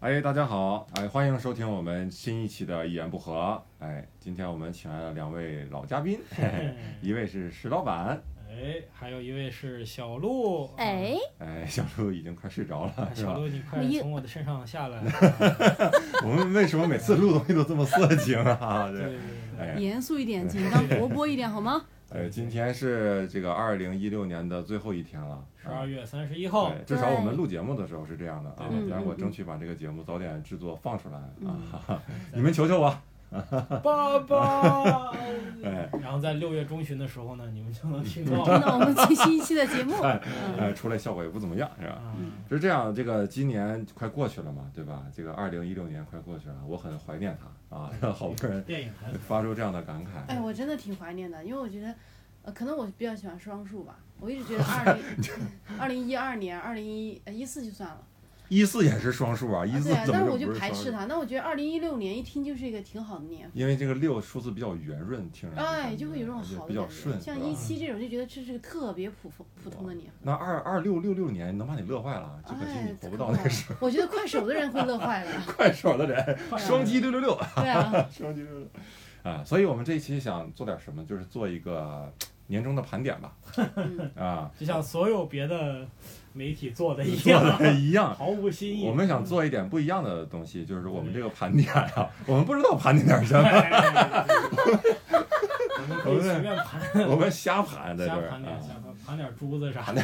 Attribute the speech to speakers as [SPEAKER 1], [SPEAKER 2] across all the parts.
[SPEAKER 1] 哎，大家好，哎，欢迎收听我们新一期的《一言不合》。哎，今天我们请来了两位老嘉 宾，嘿嘿一位是石老板，
[SPEAKER 2] 哎，还有一位是小鹿，
[SPEAKER 3] 哎，
[SPEAKER 1] 哎，小鹿已经快睡 着
[SPEAKER 2] 啊，
[SPEAKER 1] 了，是
[SPEAKER 2] 小
[SPEAKER 1] 吧？
[SPEAKER 2] 鹿，你快
[SPEAKER 3] 我又
[SPEAKER 2] 从我的身 上下来。啊
[SPEAKER 1] 我们为什么每次录东西都这么色情 啊？
[SPEAKER 2] 对
[SPEAKER 1] 这，
[SPEAKER 2] 对对，
[SPEAKER 1] 哎，
[SPEAKER 3] 严肃 一点，紧张活泼一点好吗？
[SPEAKER 1] 呃，今天是这个二零一六年的最后一天了，
[SPEAKER 2] 十二月三十一
[SPEAKER 1] 啊
[SPEAKER 2] 号，
[SPEAKER 1] 对，至少我们录节目的时候是这样的啊。
[SPEAKER 2] 对
[SPEAKER 3] 对
[SPEAKER 1] 但是我
[SPEAKER 3] 嗯嗯
[SPEAKER 1] 争取把这个节目早点制作放出来啊
[SPEAKER 3] 嗯，
[SPEAKER 1] 哈哈你们求求我，
[SPEAKER 2] 爸爸。
[SPEAKER 1] 哎。嗯
[SPEAKER 2] 然后在六月中旬的时候呢，你们就能听
[SPEAKER 3] 听
[SPEAKER 2] 到。
[SPEAKER 3] 到我们最新一期的节目，
[SPEAKER 1] 哎
[SPEAKER 3] 嗯，
[SPEAKER 1] 呃，出来效果也不怎么样，是吧？
[SPEAKER 2] 啊，
[SPEAKER 1] 是这样，这个今年快过去了嘛，对吧？这个二零一六年快过去了，我很怀念他啊，好多人
[SPEAKER 2] 电影还
[SPEAKER 1] 发出这样的感慨。
[SPEAKER 3] 哎，我真的挺怀念的，因为我觉得，呃，可能我比较喜欢双数吧，我一直 觉得二零二零一二年、二零一一四就算了，
[SPEAKER 1] 一四也是双数啊，一
[SPEAKER 3] 啊
[SPEAKER 1] 四
[SPEAKER 3] 对啊，
[SPEAKER 1] 怎
[SPEAKER 3] 但
[SPEAKER 1] 么
[SPEAKER 3] 我
[SPEAKER 1] 就
[SPEAKER 3] 就
[SPEAKER 1] 不是
[SPEAKER 3] 排
[SPEAKER 1] 双
[SPEAKER 3] 斥
[SPEAKER 1] 数？
[SPEAKER 3] 它。那我觉得二零一六年一听就是一个挺好的年，
[SPEAKER 1] 因为这个六数字比较圆润，听着
[SPEAKER 3] 哎，
[SPEAKER 1] 就
[SPEAKER 3] 就
[SPEAKER 1] 感觉
[SPEAKER 3] 会有这种好
[SPEAKER 1] 嗯比
[SPEAKER 3] 的
[SPEAKER 1] 较
[SPEAKER 3] 感
[SPEAKER 1] 顺
[SPEAKER 3] 觉。。像
[SPEAKER 1] 是吧
[SPEAKER 3] 一七这种就觉得这是个特别普普普通的年。
[SPEAKER 1] 那二二六六六年能把你乐坏了，嗯就可惜你
[SPEAKER 3] 哎，
[SPEAKER 1] 活不到那时
[SPEAKER 3] 候。我觉得快手的人会乐坏了，
[SPEAKER 1] 候。快手的人，双击六六六，
[SPEAKER 3] 对啊，
[SPEAKER 1] 双击六六六。啊，所以我们这一期想做点什么，就是做一个年终的盘点吧。
[SPEAKER 3] 嗯
[SPEAKER 1] 啊，
[SPEAKER 2] 就像所有别的媒体做 的一
[SPEAKER 1] 做
[SPEAKER 2] 样，
[SPEAKER 1] 的一样，
[SPEAKER 2] 毫无新意。
[SPEAKER 1] 我们想做一点不一样的东西，就是我们这个盘点啊，我们不知道盘点点什么，
[SPEAKER 2] 哎，我们可以随便盘，
[SPEAKER 1] 我们瞎盘在这
[SPEAKER 2] 瞎
[SPEAKER 1] 儿
[SPEAKER 2] 盘点，瞎
[SPEAKER 1] 啊。
[SPEAKER 2] 盘盘点珠子啥
[SPEAKER 3] 盘着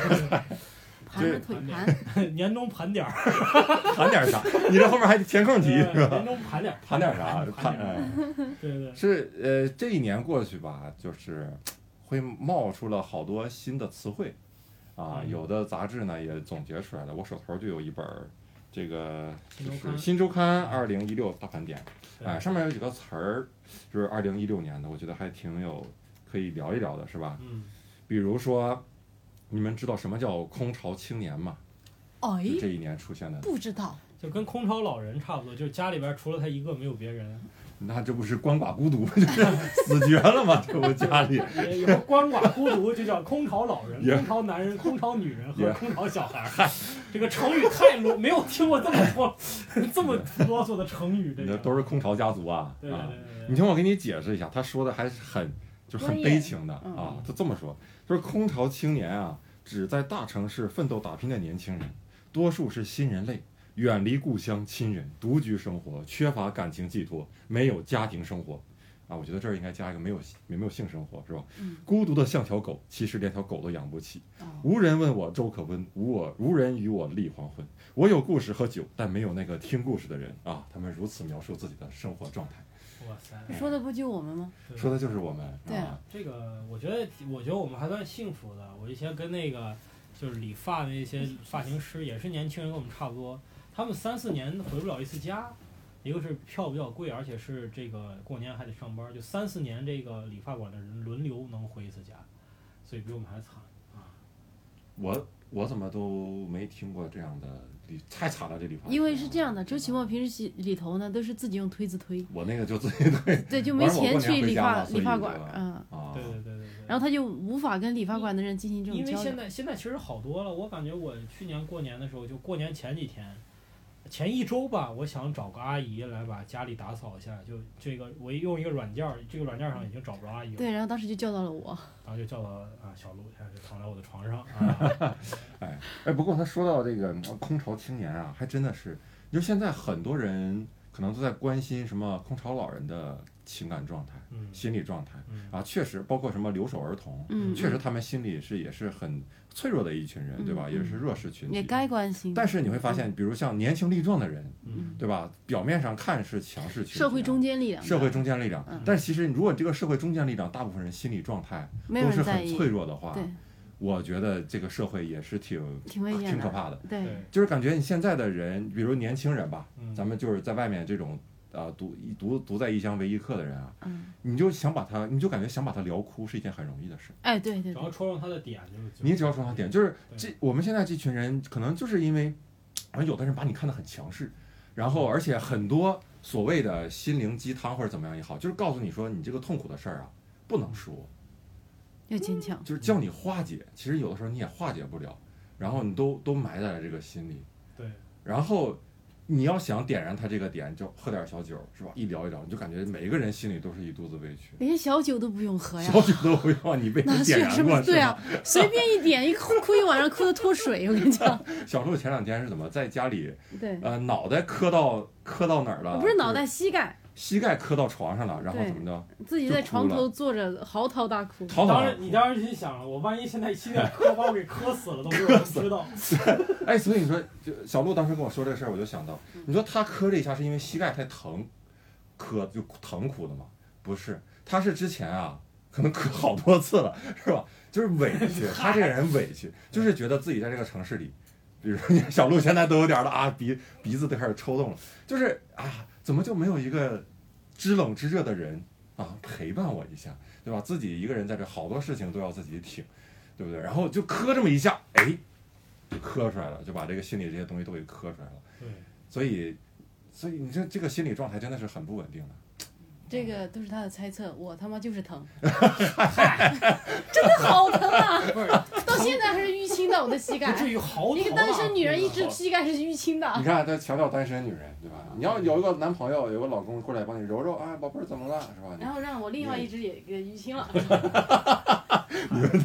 [SPEAKER 3] 腿盘，
[SPEAKER 2] 的， 年终盘点儿，
[SPEAKER 1] 盘点啥？你这后面还得填空题是吧？
[SPEAKER 2] 年终盘点儿，
[SPEAKER 1] 盘点啥？盘
[SPEAKER 2] 盘点儿，
[SPEAKER 1] 哎
[SPEAKER 2] 对对，
[SPEAKER 1] 是呃，这一年过去吧，就是会冒出了好多新的词汇啊，
[SPEAKER 2] 嗯
[SPEAKER 1] 有的杂志呢也总结出来了，我手头就有一本儿这个
[SPEAKER 2] 新
[SPEAKER 1] 就
[SPEAKER 2] 周
[SPEAKER 1] 是
[SPEAKER 2] 刊
[SPEAKER 1] 《新周刊》二零一六大盘点，
[SPEAKER 2] 对
[SPEAKER 1] 哎，上面有几个词儿，就是二零一六年的，我觉得还挺有可以聊一聊的，是吧？
[SPEAKER 2] 嗯，
[SPEAKER 1] 比如说，你们知道什么叫空巢青年吗？
[SPEAKER 3] 哎，
[SPEAKER 1] 就这一年出现的，
[SPEAKER 3] 不知道。
[SPEAKER 2] 就跟空巢老人差不多，就是家里边除了他一个没有别 人，
[SPEAKER 1] 那这不是鳏寡孤独， 就是死绝了吗？这不家里
[SPEAKER 2] 以后鳏寡孤独就叫空巢老人、
[SPEAKER 1] 也
[SPEAKER 2] 空巢男人、空巢女人和
[SPEAKER 1] Yeah
[SPEAKER 2] 空巢小孩儿。这个成语太啰，没有听过这么多 这么啰嗦的成语，这
[SPEAKER 1] 那
[SPEAKER 2] 个
[SPEAKER 1] 都是空巢家族啊
[SPEAKER 2] 对对
[SPEAKER 1] 啊！
[SPEAKER 2] 对
[SPEAKER 1] 你
[SPEAKER 2] 对
[SPEAKER 1] 听我给你解释一下，他说的还是很就是很悲情的
[SPEAKER 3] 专业嗯
[SPEAKER 1] 啊。他这么说，就是空巢青年啊，指在大城市奋斗打拼的年轻人，多数是新人类。远离故乡、亲人，独居生活，缺乏感情寄托，没有家庭生活，啊，我觉得这儿应该加一个没有没有性生活，是吧？
[SPEAKER 3] 嗯
[SPEAKER 1] 孤独的像条狗，其实连条狗都养不起。
[SPEAKER 3] 哦
[SPEAKER 1] 无人问我粥可温，无我无人与我立黄昏。我有故事和酒，但没有那个听故事的人啊。他们如此描述自己的生活状态，
[SPEAKER 2] 对，哇塞！
[SPEAKER 3] 说的不就我们吗？
[SPEAKER 2] 对
[SPEAKER 1] 说的就是我们，
[SPEAKER 3] 对
[SPEAKER 1] 啊，
[SPEAKER 2] 这个，我觉得，我觉得我们还算幸福的。我以前跟那个就是理发那些发型师，也是年轻人，跟我们差不多。他们三四年回不了一次家，一个是票比较贵，而且是这个过年还得上班，就三四年这个理发馆的人轮流能回一次家，所以比我们还惨。
[SPEAKER 1] 我我怎么都没听过这样的理，太惨了这理发。
[SPEAKER 3] 因为是这样的，周奇墨平时洗里头呢都是自己用推子推，
[SPEAKER 1] 我那个就自己对
[SPEAKER 3] 对，就没钱去理发
[SPEAKER 1] 玩儿我过年回家嘛所以
[SPEAKER 3] 理发馆
[SPEAKER 1] 就，
[SPEAKER 3] 嗯，
[SPEAKER 1] 啊
[SPEAKER 2] 对，对对对对。
[SPEAKER 3] 然后他就无法跟理发馆的人进行这种
[SPEAKER 2] 因为
[SPEAKER 3] 交
[SPEAKER 2] 现
[SPEAKER 3] 流。
[SPEAKER 2] 在现在其实好多了，我感觉我去年过年的时候，就过年前几天，前一周吧，我想找个阿姨来把家里打扫一下，就这个我用一个软件儿，这个软件儿上已经找不着阿姨了，
[SPEAKER 3] 对，然后当时就叫到了我，
[SPEAKER 2] 然后就叫到啊小鹿，现在就躺在我的床上 啊，
[SPEAKER 1] 哎，不过他说到这个嗯空巢青年啊，还真的是，就是现在很多人可能都在关心什么空巢老人的情感状态、
[SPEAKER 2] 嗯
[SPEAKER 1] 心理状态
[SPEAKER 2] 嗯，
[SPEAKER 1] 啊，确实包括什么留守儿童，
[SPEAKER 3] 嗯，
[SPEAKER 1] 确实他们心里是也是很脆弱的一群人，对吧？
[SPEAKER 3] 嗯
[SPEAKER 1] 也是弱势群
[SPEAKER 3] 也
[SPEAKER 1] 体。
[SPEAKER 3] 该关心。
[SPEAKER 1] 但是你会发现，比如像年轻力壮的人，
[SPEAKER 2] 嗯，
[SPEAKER 1] 对吧？表面上看是强势群体啊，
[SPEAKER 3] 社会中坚力量，
[SPEAKER 1] 社会中坚力量
[SPEAKER 3] 嗯，
[SPEAKER 1] 但是其实如果这个社会中坚力量，大部分人心理状态
[SPEAKER 3] 没有
[SPEAKER 1] 都是
[SPEAKER 3] 人在
[SPEAKER 1] 很
[SPEAKER 3] 意，
[SPEAKER 1] 脆弱的啊话，
[SPEAKER 3] 对，
[SPEAKER 1] 我觉得这个社会也是挺
[SPEAKER 3] 挺危险
[SPEAKER 1] 啊挺可
[SPEAKER 3] 的，
[SPEAKER 1] 怕的。
[SPEAKER 3] 对，
[SPEAKER 2] 对，
[SPEAKER 1] 就是感觉你现在的人，比如年轻人吧，
[SPEAKER 2] 嗯，
[SPEAKER 1] 咱们就是在外面这种呃独一独独在异乡为异客的人啊，
[SPEAKER 3] 嗯，
[SPEAKER 1] 你就想把他，你就感觉想把他聊哭是一件很容易的事。
[SPEAKER 3] 哎，对对
[SPEAKER 2] 只要
[SPEAKER 3] 对，
[SPEAKER 2] 戳中他的点就，
[SPEAKER 1] 你只要说上点，就是
[SPEAKER 2] 对
[SPEAKER 1] 这我们现在这群人，可能就是因为，啊有的人把你看得很强势，然后而且很多所谓的心灵鸡汤或者怎么样也好，就是告诉你说你这个痛苦的事儿啊不能说，
[SPEAKER 2] 嗯
[SPEAKER 3] 要坚强，
[SPEAKER 1] 就是叫你化解，其实有的时候你也化解不了，然后你都都埋在了这个心里。
[SPEAKER 2] 对，
[SPEAKER 1] 然后你要想点燃他这个点，就喝点小酒，是吧？一聊一聊，你就感觉每一个人心里都是一肚子委屈。
[SPEAKER 3] 连小酒都不用喝呀
[SPEAKER 1] 小，酒都不要，你被
[SPEAKER 3] 啊那
[SPEAKER 1] 人
[SPEAKER 3] 确
[SPEAKER 1] 点
[SPEAKER 3] 实
[SPEAKER 1] 燃
[SPEAKER 3] 不
[SPEAKER 1] 过
[SPEAKER 3] 对
[SPEAKER 1] 吧？
[SPEAKER 3] 啊，随便一点一哭哭一晚上，哭的脱水，我跟你讲，
[SPEAKER 1] 小时候前两天是怎么在家里，
[SPEAKER 3] 对，
[SPEAKER 1] 呃，脑袋磕到磕到哪儿了？
[SPEAKER 3] 哦不是脑
[SPEAKER 1] 就
[SPEAKER 3] 袋膝盖，
[SPEAKER 1] 膝盖磕到床上了，然后
[SPEAKER 3] 对
[SPEAKER 1] 怎么着？
[SPEAKER 3] 自己在床头坐着嚎啕大哭，
[SPEAKER 1] 逃跑
[SPEAKER 2] 当
[SPEAKER 1] 了
[SPEAKER 2] 时。你当时心想了，我万一现在七点磕把我给磕死了，都没有人知道。
[SPEAKER 1] 哎，所以你说，就小鹿当时跟我说这个事儿，我就想到
[SPEAKER 3] 嗯，
[SPEAKER 1] 你说他磕这一下是因为膝盖太疼，磕就疼哭的吗？不是，他是之前啊，可能磕好多次了，是吧？就是委屈，他这个人委屈，就是觉得自己在这个城市里，比如说小鹿现在都有点儿了啊，鼻鼻子都开始抽动了，就是啊，怎么就没有一个知冷知热的人啊陪伴我一下，对吧？自己一个人在这，好多事情都要自己挺，对不对？然后就磕这么一下，哎。就磕出来了，就把这个心里这些东西都给磕出来了。
[SPEAKER 2] 对，
[SPEAKER 1] 所以，所以你这这个心理状态真的是很不稳定的。
[SPEAKER 3] 这个都是他的猜测，我他妈就是 疼，真的好疼 啊！
[SPEAKER 2] 不是
[SPEAKER 3] 到现在还是淤青的我的膝
[SPEAKER 2] 不
[SPEAKER 3] 盖，
[SPEAKER 2] 至于啊嚎啕
[SPEAKER 3] 一
[SPEAKER 2] 大哭
[SPEAKER 3] 个单身女人一
[SPEAKER 1] 直
[SPEAKER 3] 直膝盖是淤青
[SPEAKER 1] 你
[SPEAKER 3] 的，
[SPEAKER 1] 看，他强调单身女人，对吧？你要有一个男朋友，有个老公过来帮你揉揉啊，宝贝儿怎么了，是吧？
[SPEAKER 3] 然后让我另外一只也给淤青了，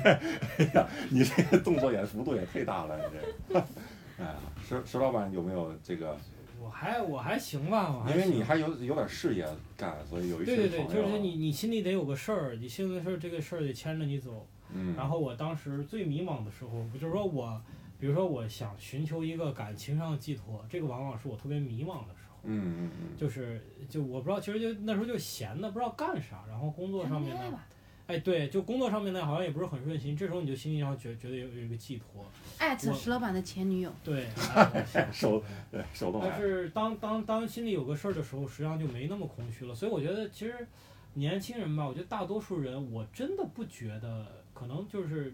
[SPEAKER 1] 你这个动作也幅度也忒大了，你 这。哎呀，石石老板有没有这个？
[SPEAKER 2] 我还我还行吧，我还
[SPEAKER 1] 因为你
[SPEAKER 2] 行
[SPEAKER 1] 还有有点事业干，所以有一
[SPEAKER 2] 对
[SPEAKER 1] 些
[SPEAKER 2] 对对，
[SPEAKER 1] 朋
[SPEAKER 2] 就
[SPEAKER 1] 友。
[SPEAKER 2] 是你你心里得有个事儿，你心里的事儿这个事儿得牵着你走。
[SPEAKER 1] 嗯，
[SPEAKER 2] 然后我当时最迷茫的时候，不就是说我，比如说我想寻求一个感情上的寄托，这个往往是我特别迷茫的时候。
[SPEAKER 1] 嗯嗯嗯，
[SPEAKER 2] 就是就我不知道，其实就那时候就闲的不知道干啥，然后工作上
[SPEAKER 3] 谈
[SPEAKER 2] 面
[SPEAKER 3] 恋爱
[SPEAKER 2] 呢，
[SPEAKER 3] 吧。
[SPEAKER 2] 哎对，就工作上面呢好像也不是很顺心，这时候你就心里上觉觉得有有一个寄托，
[SPEAKER 3] 艾特
[SPEAKER 2] 我
[SPEAKER 3] 哎石老板的前女友，
[SPEAKER 2] 对，哎我想
[SPEAKER 1] 手对手动啊
[SPEAKER 2] 但
[SPEAKER 1] 来。
[SPEAKER 2] 是当当当心里有个事儿的时候，实际上就没那么空虚了。所以我觉得其实年轻人吧，我觉得大多数人，我真的不觉得，可能就是，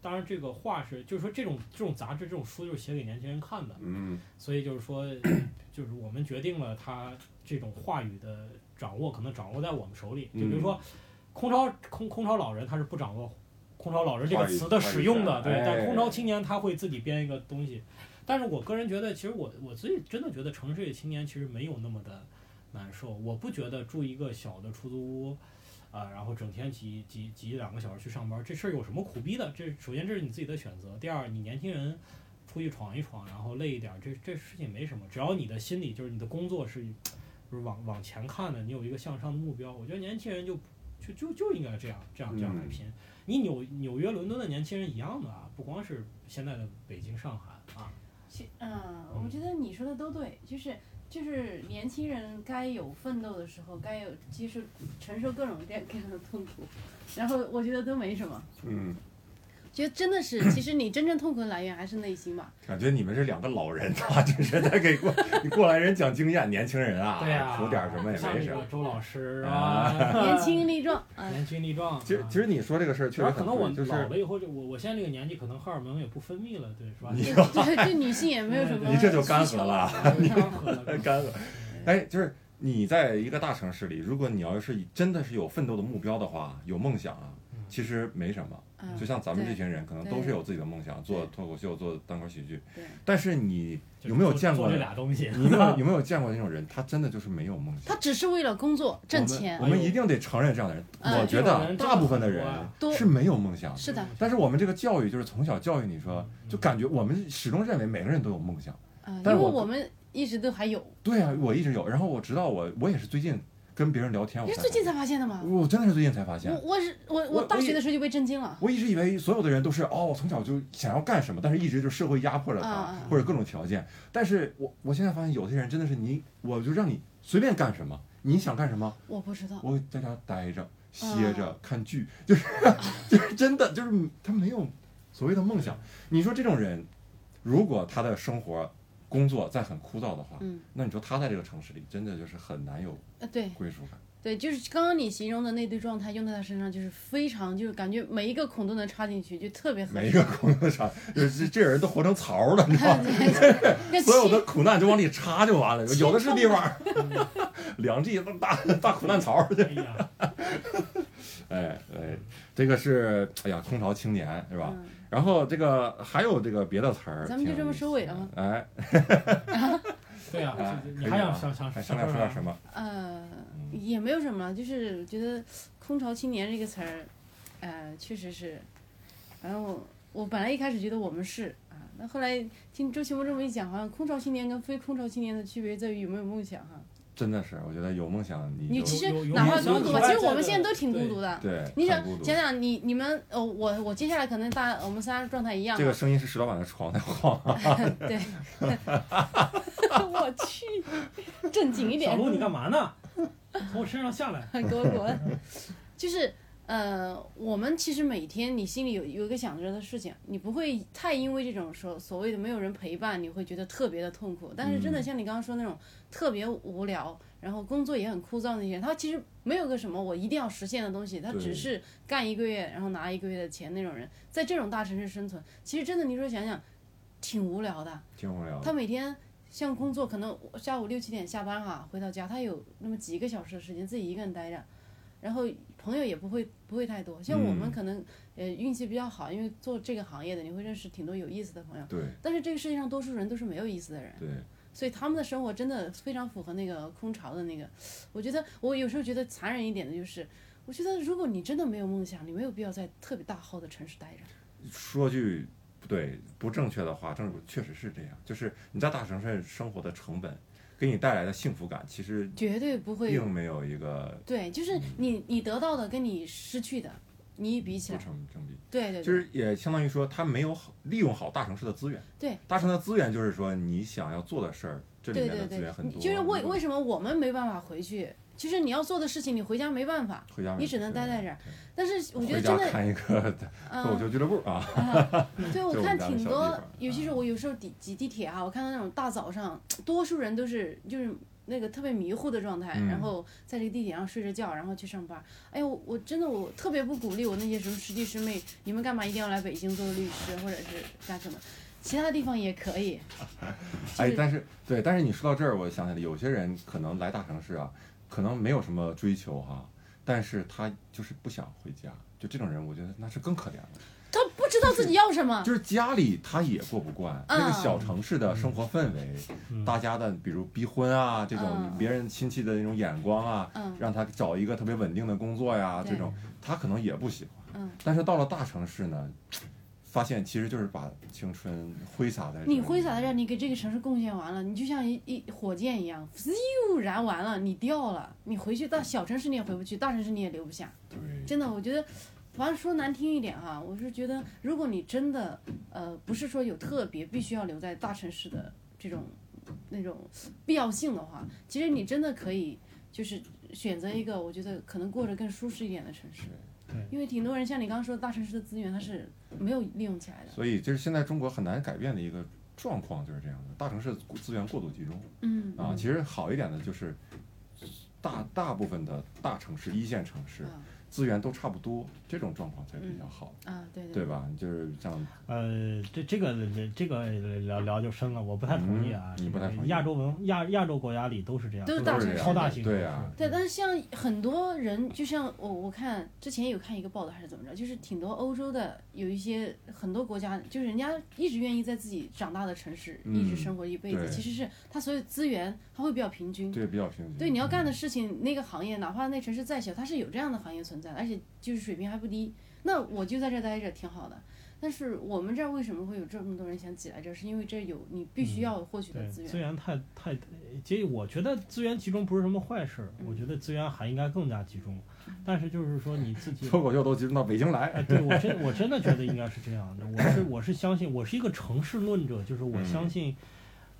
[SPEAKER 2] 当然这个话是，就是说这种这种杂志、这种书就是写给年轻人看的，
[SPEAKER 1] 嗯，
[SPEAKER 2] 所以就是说，就是我们决定了他这种话语的掌握，可能掌握在我们手里。就比如
[SPEAKER 1] 嗯
[SPEAKER 2] 说，空巢空空巢老人他是不掌握“空巢老人”这个
[SPEAKER 1] 话语
[SPEAKER 2] 词的使用的，
[SPEAKER 1] 话语权
[SPEAKER 2] 对，
[SPEAKER 1] 哎
[SPEAKER 2] 但空巢青年他会自己编一个东西。但是我个人觉得，其实我我自己真的觉得城市里青年其实没有那么的难受。我不觉得住一个小的出租屋，啊、然后整天挤挤挤两个小时去上班，这事儿有什么苦逼的？这首先这是你自己的选择，第二你年轻人出去闯一闯，然后累一点儿，这这事情没什么，只要你的心里就是你的工作是，就是往往前看的，你有一个向上的目标，我觉得年轻人就就就就应该这样这样这样来
[SPEAKER 1] 嗯
[SPEAKER 2] 拼。你纽纽约、伦敦的年轻人一样的啊，不光是现在的北京、上海啊，
[SPEAKER 3] 其嗯，我觉得你说的都对，就是就是年轻人该有奋斗的时候，该有接受承受各种各样各样的痛苦，然后我觉得都没什么，
[SPEAKER 1] 嗯，
[SPEAKER 3] 觉得真的是， 其实你真正痛苦的来源还是内心吧。
[SPEAKER 1] 感觉你们是两个老人啊，这是在给过过来人讲经验，年轻人啊，
[SPEAKER 2] 对啊，
[SPEAKER 1] 图点什么也
[SPEAKER 2] 像
[SPEAKER 1] 没
[SPEAKER 2] 那
[SPEAKER 1] 什么
[SPEAKER 2] 个。周老师
[SPEAKER 1] 啊
[SPEAKER 2] 啊，
[SPEAKER 3] 年轻力壮，嗯，
[SPEAKER 2] 年轻力壮啊。
[SPEAKER 1] 其实，其实你说这个事儿确
[SPEAKER 2] 然
[SPEAKER 1] 实
[SPEAKER 2] 后可
[SPEAKER 1] 很
[SPEAKER 2] 能我
[SPEAKER 1] 对，就是
[SPEAKER 2] 老了以后，就我我现在这个年纪，可能荷尔蒙也不分泌了，对，是吧？
[SPEAKER 1] 你
[SPEAKER 3] 对对对，女性也没有什么需求。
[SPEAKER 1] 嗯
[SPEAKER 3] 啊
[SPEAKER 1] 你这就干涸了
[SPEAKER 2] 你干喝了，
[SPEAKER 1] 干了。哎，就是你在一个大城市里，如果你要是真的是有奋斗的目标的话，有梦想啊，
[SPEAKER 2] 嗯
[SPEAKER 1] 其实没什么。
[SPEAKER 3] 嗯
[SPEAKER 1] 就像咱们这群人，可能
[SPEAKER 3] 对
[SPEAKER 1] 都是有自己的梦想，做
[SPEAKER 3] 对
[SPEAKER 1] 脱口秀，做单口喜剧
[SPEAKER 3] 对。
[SPEAKER 1] 但是你
[SPEAKER 2] 就是
[SPEAKER 1] 有没有
[SPEAKER 2] 做
[SPEAKER 1] 见过
[SPEAKER 2] 做这？俩东西？
[SPEAKER 1] 你有没 有有没有见过那种人？他真的就是没有梦想。
[SPEAKER 3] 他只是为了工作挣钱。
[SPEAKER 1] 我们
[SPEAKER 2] 哎呦
[SPEAKER 1] 一定得承认这样的人。
[SPEAKER 3] 嗯
[SPEAKER 1] 我觉
[SPEAKER 2] 这种
[SPEAKER 1] 得
[SPEAKER 2] 人
[SPEAKER 1] 大部分的人
[SPEAKER 2] 真的很
[SPEAKER 3] 多啊
[SPEAKER 1] 是没有梦想的。
[SPEAKER 3] 是 的，
[SPEAKER 1] 但是我们这个教育就是从小教育你说，
[SPEAKER 2] 嗯
[SPEAKER 1] 就感觉我们始终认为每个人都有梦想。
[SPEAKER 3] 嗯，因
[SPEAKER 1] 但
[SPEAKER 3] 为
[SPEAKER 1] 是我
[SPEAKER 3] 我们一直都还有，
[SPEAKER 1] 对啊，我一直有。然后我直到我我也是最近跟别人聊天，我
[SPEAKER 3] 你是
[SPEAKER 1] 才
[SPEAKER 3] 最近
[SPEAKER 1] 发
[SPEAKER 3] 才发现的吗
[SPEAKER 1] 现，？我真的是最近才发
[SPEAKER 3] 我
[SPEAKER 1] 现。
[SPEAKER 3] 我是我
[SPEAKER 1] 我
[SPEAKER 3] 我大学的时候就被震惊了。
[SPEAKER 1] 我一直以为所有的人都是哦，我从小就想要干什么，但是一直就社会压迫着他，
[SPEAKER 3] 啊啊啊
[SPEAKER 1] 或者各种条件。但是我我现在发现，有些人真的是你，我就让你随便干什么，你想干什么，
[SPEAKER 3] 我不知道，
[SPEAKER 1] 我在家待
[SPEAKER 3] 啊
[SPEAKER 1] 着、歇着、看剧， 就是就是真的就是他没有所谓的梦想。你说这种人，如果他的生活、工作再很枯燥的话，
[SPEAKER 3] 嗯，
[SPEAKER 1] 那你说他在这个城市里真的就是很难有
[SPEAKER 3] 呃，对
[SPEAKER 1] 归属感。
[SPEAKER 3] 对，就是刚刚你形容的那堆状态用在他身上，就是非常，就是感觉每一个孔都能插进去，就特别合
[SPEAKER 1] 每一
[SPEAKER 3] 适。
[SPEAKER 1] 个苦难啥， 就是这人都活成槽了，你知道 吗？
[SPEAKER 3] 那
[SPEAKER 1] 所有
[SPEAKER 3] 其
[SPEAKER 1] 的苦难就往里插就完了，有的是地方， 两 G 大大苦难槽。
[SPEAKER 2] 哎呀，
[SPEAKER 1] 哎哎，这个是哎呀，空巢青年是吧？
[SPEAKER 3] 嗯
[SPEAKER 1] 然后这个还有这个别的词儿，
[SPEAKER 3] 咱们就这么收尾了
[SPEAKER 1] 挺有意思的？哎，
[SPEAKER 2] 对
[SPEAKER 3] 吗
[SPEAKER 2] 啊，
[SPEAKER 1] 哎
[SPEAKER 2] 就是你
[SPEAKER 1] 可以
[SPEAKER 2] 还想
[SPEAKER 1] 啊
[SPEAKER 2] 想想
[SPEAKER 1] 还商量说点
[SPEAKER 2] 啥
[SPEAKER 1] 什？么？
[SPEAKER 3] 呃，也没有什么，就是觉得“空巢青年”这个词儿，呃，确实是，反正我我本来一开始觉得我们是啊，那后来听周奇墨这么一讲，好像空巢青年跟非空巢青年的区别在于有没有梦想哈。
[SPEAKER 1] 真的是，我觉得有梦想你
[SPEAKER 3] 你
[SPEAKER 1] 就
[SPEAKER 3] 其实
[SPEAKER 2] 有有
[SPEAKER 3] 哪怕
[SPEAKER 1] 有
[SPEAKER 3] 孤独吧，啊
[SPEAKER 2] 有
[SPEAKER 3] 其实我
[SPEAKER 2] 有
[SPEAKER 3] 们现在都挺孤独的。
[SPEAKER 1] 对，
[SPEAKER 3] 你想
[SPEAKER 1] 很孤独
[SPEAKER 3] 想。想你你们呃，我我接下来可能大我们仨状态一样
[SPEAKER 1] 这个
[SPEAKER 3] 啊，
[SPEAKER 1] 声音是石老板的床在晃，
[SPEAKER 3] 对， 我去，正经一
[SPEAKER 2] 小
[SPEAKER 3] 点，
[SPEAKER 2] 鹿，你干嘛呢？从我身上下来。
[SPEAKER 3] 给我滚！ 就是呃，我们其实每天你心里有有一个想着的事情，你不会太因为这种说所谓的没有人陪伴，你会觉得特别的痛苦。但是真的
[SPEAKER 1] 嗯
[SPEAKER 3] 像你刚刚说那种特别无聊，然后工作也很枯燥那些，他其实没有个什么我一定要实现的东西，他
[SPEAKER 1] 对
[SPEAKER 3] 只是干一个月然后拿一个月的钱那种人，在这种大城市生存，其实真的你说想想，挺无聊的。
[SPEAKER 1] 挺无聊的。
[SPEAKER 3] 他每天像工作，可能下午六七点下班哈、回到家他有那么几个小时的时间自己一个人待着，然后朋友也不会不会太多。像我们
[SPEAKER 1] 嗯
[SPEAKER 3] 可能、呃运气比较好，因为做这个行业的，你会认识挺多有意思的朋友。
[SPEAKER 1] 对
[SPEAKER 3] 但是这个世界上多数人都是没有意思的人，
[SPEAKER 1] 对，
[SPEAKER 3] 所以他们的生活真的非常符合那个空巢的那个。我觉得我有时候觉得残忍一点的就是，我觉得如果你真的没有梦想，你没有必要在特别大号的城市待着。
[SPEAKER 1] 说句不对不正确的话，正确实是这样，就是你在大城市生活的成本，给你带来的幸福感，其实
[SPEAKER 3] 绝对不会
[SPEAKER 1] 并没有一个
[SPEAKER 3] 对，
[SPEAKER 1] 嗯
[SPEAKER 3] 就是你你得到的跟你失去的，你一比起
[SPEAKER 1] 不
[SPEAKER 3] 来，
[SPEAKER 1] 成正比。
[SPEAKER 3] 对对对，
[SPEAKER 1] 就是也相当于说，他没有好利用好大城市的资源。
[SPEAKER 3] 对，
[SPEAKER 1] 大城市的资源就是说，你想要做的事儿，这里
[SPEAKER 3] 对
[SPEAKER 1] 面的
[SPEAKER 3] 对
[SPEAKER 1] 资源
[SPEAKER 3] 对
[SPEAKER 1] 很，多。
[SPEAKER 3] 就是为
[SPEAKER 1] 你
[SPEAKER 3] 为什么我们没办法回去？其实你要做的事情，你回家没办法，
[SPEAKER 1] 回家
[SPEAKER 3] 你只能待在这儿。但是我觉得
[SPEAKER 1] 回
[SPEAKER 3] 真
[SPEAKER 1] 家
[SPEAKER 3] 的，
[SPEAKER 1] 看一个 脱口
[SPEAKER 3] 嗯，
[SPEAKER 1] 秀俱乐部啊，
[SPEAKER 3] 啊对我
[SPEAKER 1] 就我
[SPEAKER 3] 看
[SPEAKER 1] 们家的
[SPEAKER 3] 挺
[SPEAKER 1] 小地
[SPEAKER 3] 多
[SPEAKER 1] 方，嗯
[SPEAKER 3] 尤其是我有时候挤挤地铁啊，我看到那种大早上，多数人都是就是那个特别迷糊的状态，
[SPEAKER 1] 嗯
[SPEAKER 3] 然后在这个地铁上睡着觉，然后去上班。哎呦，我真的我特别不鼓励我那些什么师弟师妹，你们干嘛一定要来北京做律师或者是干什么？其他地方也可以。就
[SPEAKER 1] 哎
[SPEAKER 3] 是，
[SPEAKER 1] 但是对，但是你说到这儿，我想起来，有些人可能来大城市啊，可能没有什么追求哈、但是他就是不想回家，就这种人，我觉得那是更可怜了。
[SPEAKER 3] 他不知道自己要什么。
[SPEAKER 1] 就是家里他也过不惯、那个
[SPEAKER 3] 嗯
[SPEAKER 1] 小城市的生活氛围，
[SPEAKER 2] 嗯
[SPEAKER 1] 大家的比如逼婚啊，这种
[SPEAKER 3] 嗯
[SPEAKER 1] 别人亲戚的那种眼光啊，
[SPEAKER 3] 嗯
[SPEAKER 1] 让他找一个特别稳定的工作呀，
[SPEAKER 3] 对
[SPEAKER 1] 这种他可能也不喜欢。
[SPEAKER 3] 嗯，
[SPEAKER 1] 但是到了大城市呢，发现其实就是把青春挥洒在这
[SPEAKER 3] 你
[SPEAKER 1] 里
[SPEAKER 3] 挥洒在这，你给这个城市贡献完了，你就像一一火箭一样，咻燃完了，你掉了，你回去到小城市你也回不去，大城市你也留不下。
[SPEAKER 1] 对，
[SPEAKER 3] 真的，我觉得，反正说难听一点哈、我是觉得，如果你真的呃不是说有特别必须要留在大城市的这种那种必要性的话，其实你真的可以就是选择一个我觉得可能过着更舒适一点的城市
[SPEAKER 2] 对对，
[SPEAKER 3] 因为挺多人像你刚刚说的大城市的资源它是没有利用起来的。
[SPEAKER 1] 所以就是现在中国很难改变的一个状况就是这样的，大城市资源过度集中
[SPEAKER 3] 嗯
[SPEAKER 1] 啊。
[SPEAKER 2] 嗯
[SPEAKER 1] 其实好一点的就是大大部分的大城市、一线城市
[SPEAKER 2] 嗯
[SPEAKER 3] 啊
[SPEAKER 1] 资源都差不多，这种状况才比较好，
[SPEAKER 3] 啊，对对
[SPEAKER 1] 对吧？就是像
[SPEAKER 2] 呃，这这个这个聊聊就深了，我不太同意啊。
[SPEAKER 1] 嗯你不太同意
[SPEAKER 2] 亚洲文亚亚洲国家里都是这样，
[SPEAKER 3] 都是大
[SPEAKER 1] 都是这
[SPEAKER 3] 城市
[SPEAKER 1] 样
[SPEAKER 2] 超大型
[SPEAKER 1] 对
[SPEAKER 2] 城
[SPEAKER 1] 啊，
[SPEAKER 3] 对，但是像很多人，就像我我看之前有看一个报道还是怎么着，就是挺多欧洲的有一些很多国家，就是人家一直愿意在自己长大的城市、
[SPEAKER 1] 嗯
[SPEAKER 3] 一直生活一辈子，
[SPEAKER 1] 对
[SPEAKER 3] 其实是他所有资源他会比较平均。
[SPEAKER 1] 对比较平均。
[SPEAKER 3] 对，你要干的事情，那个行业哪怕那城市再小，它是有这样的行业存在的，而且就是水平还不低。那我就在这儿待着挺好的。但是我们这儿为什么会有这么多人想挤来这儿？是因为这儿有你必
[SPEAKER 1] 嗯
[SPEAKER 3] 须要获取的
[SPEAKER 2] 对，
[SPEAKER 3] 资源。
[SPEAKER 2] 资源太太，其实我觉得资源集中不是什么坏事，
[SPEAKER 3] 嗯
[SPEAKER 2] 我觉得资源还应该更加集中，但是就是说你自己。
[SPEAKER 1] 脱口秀都集中到北京来，
[SPEAKER 2] 哎， 对我真我真的觉得应该是这样的。我是我是相信，我是一个城市论者，就是我
[SPEAKER 1] 嗯
[SPEAKER 2] 相信，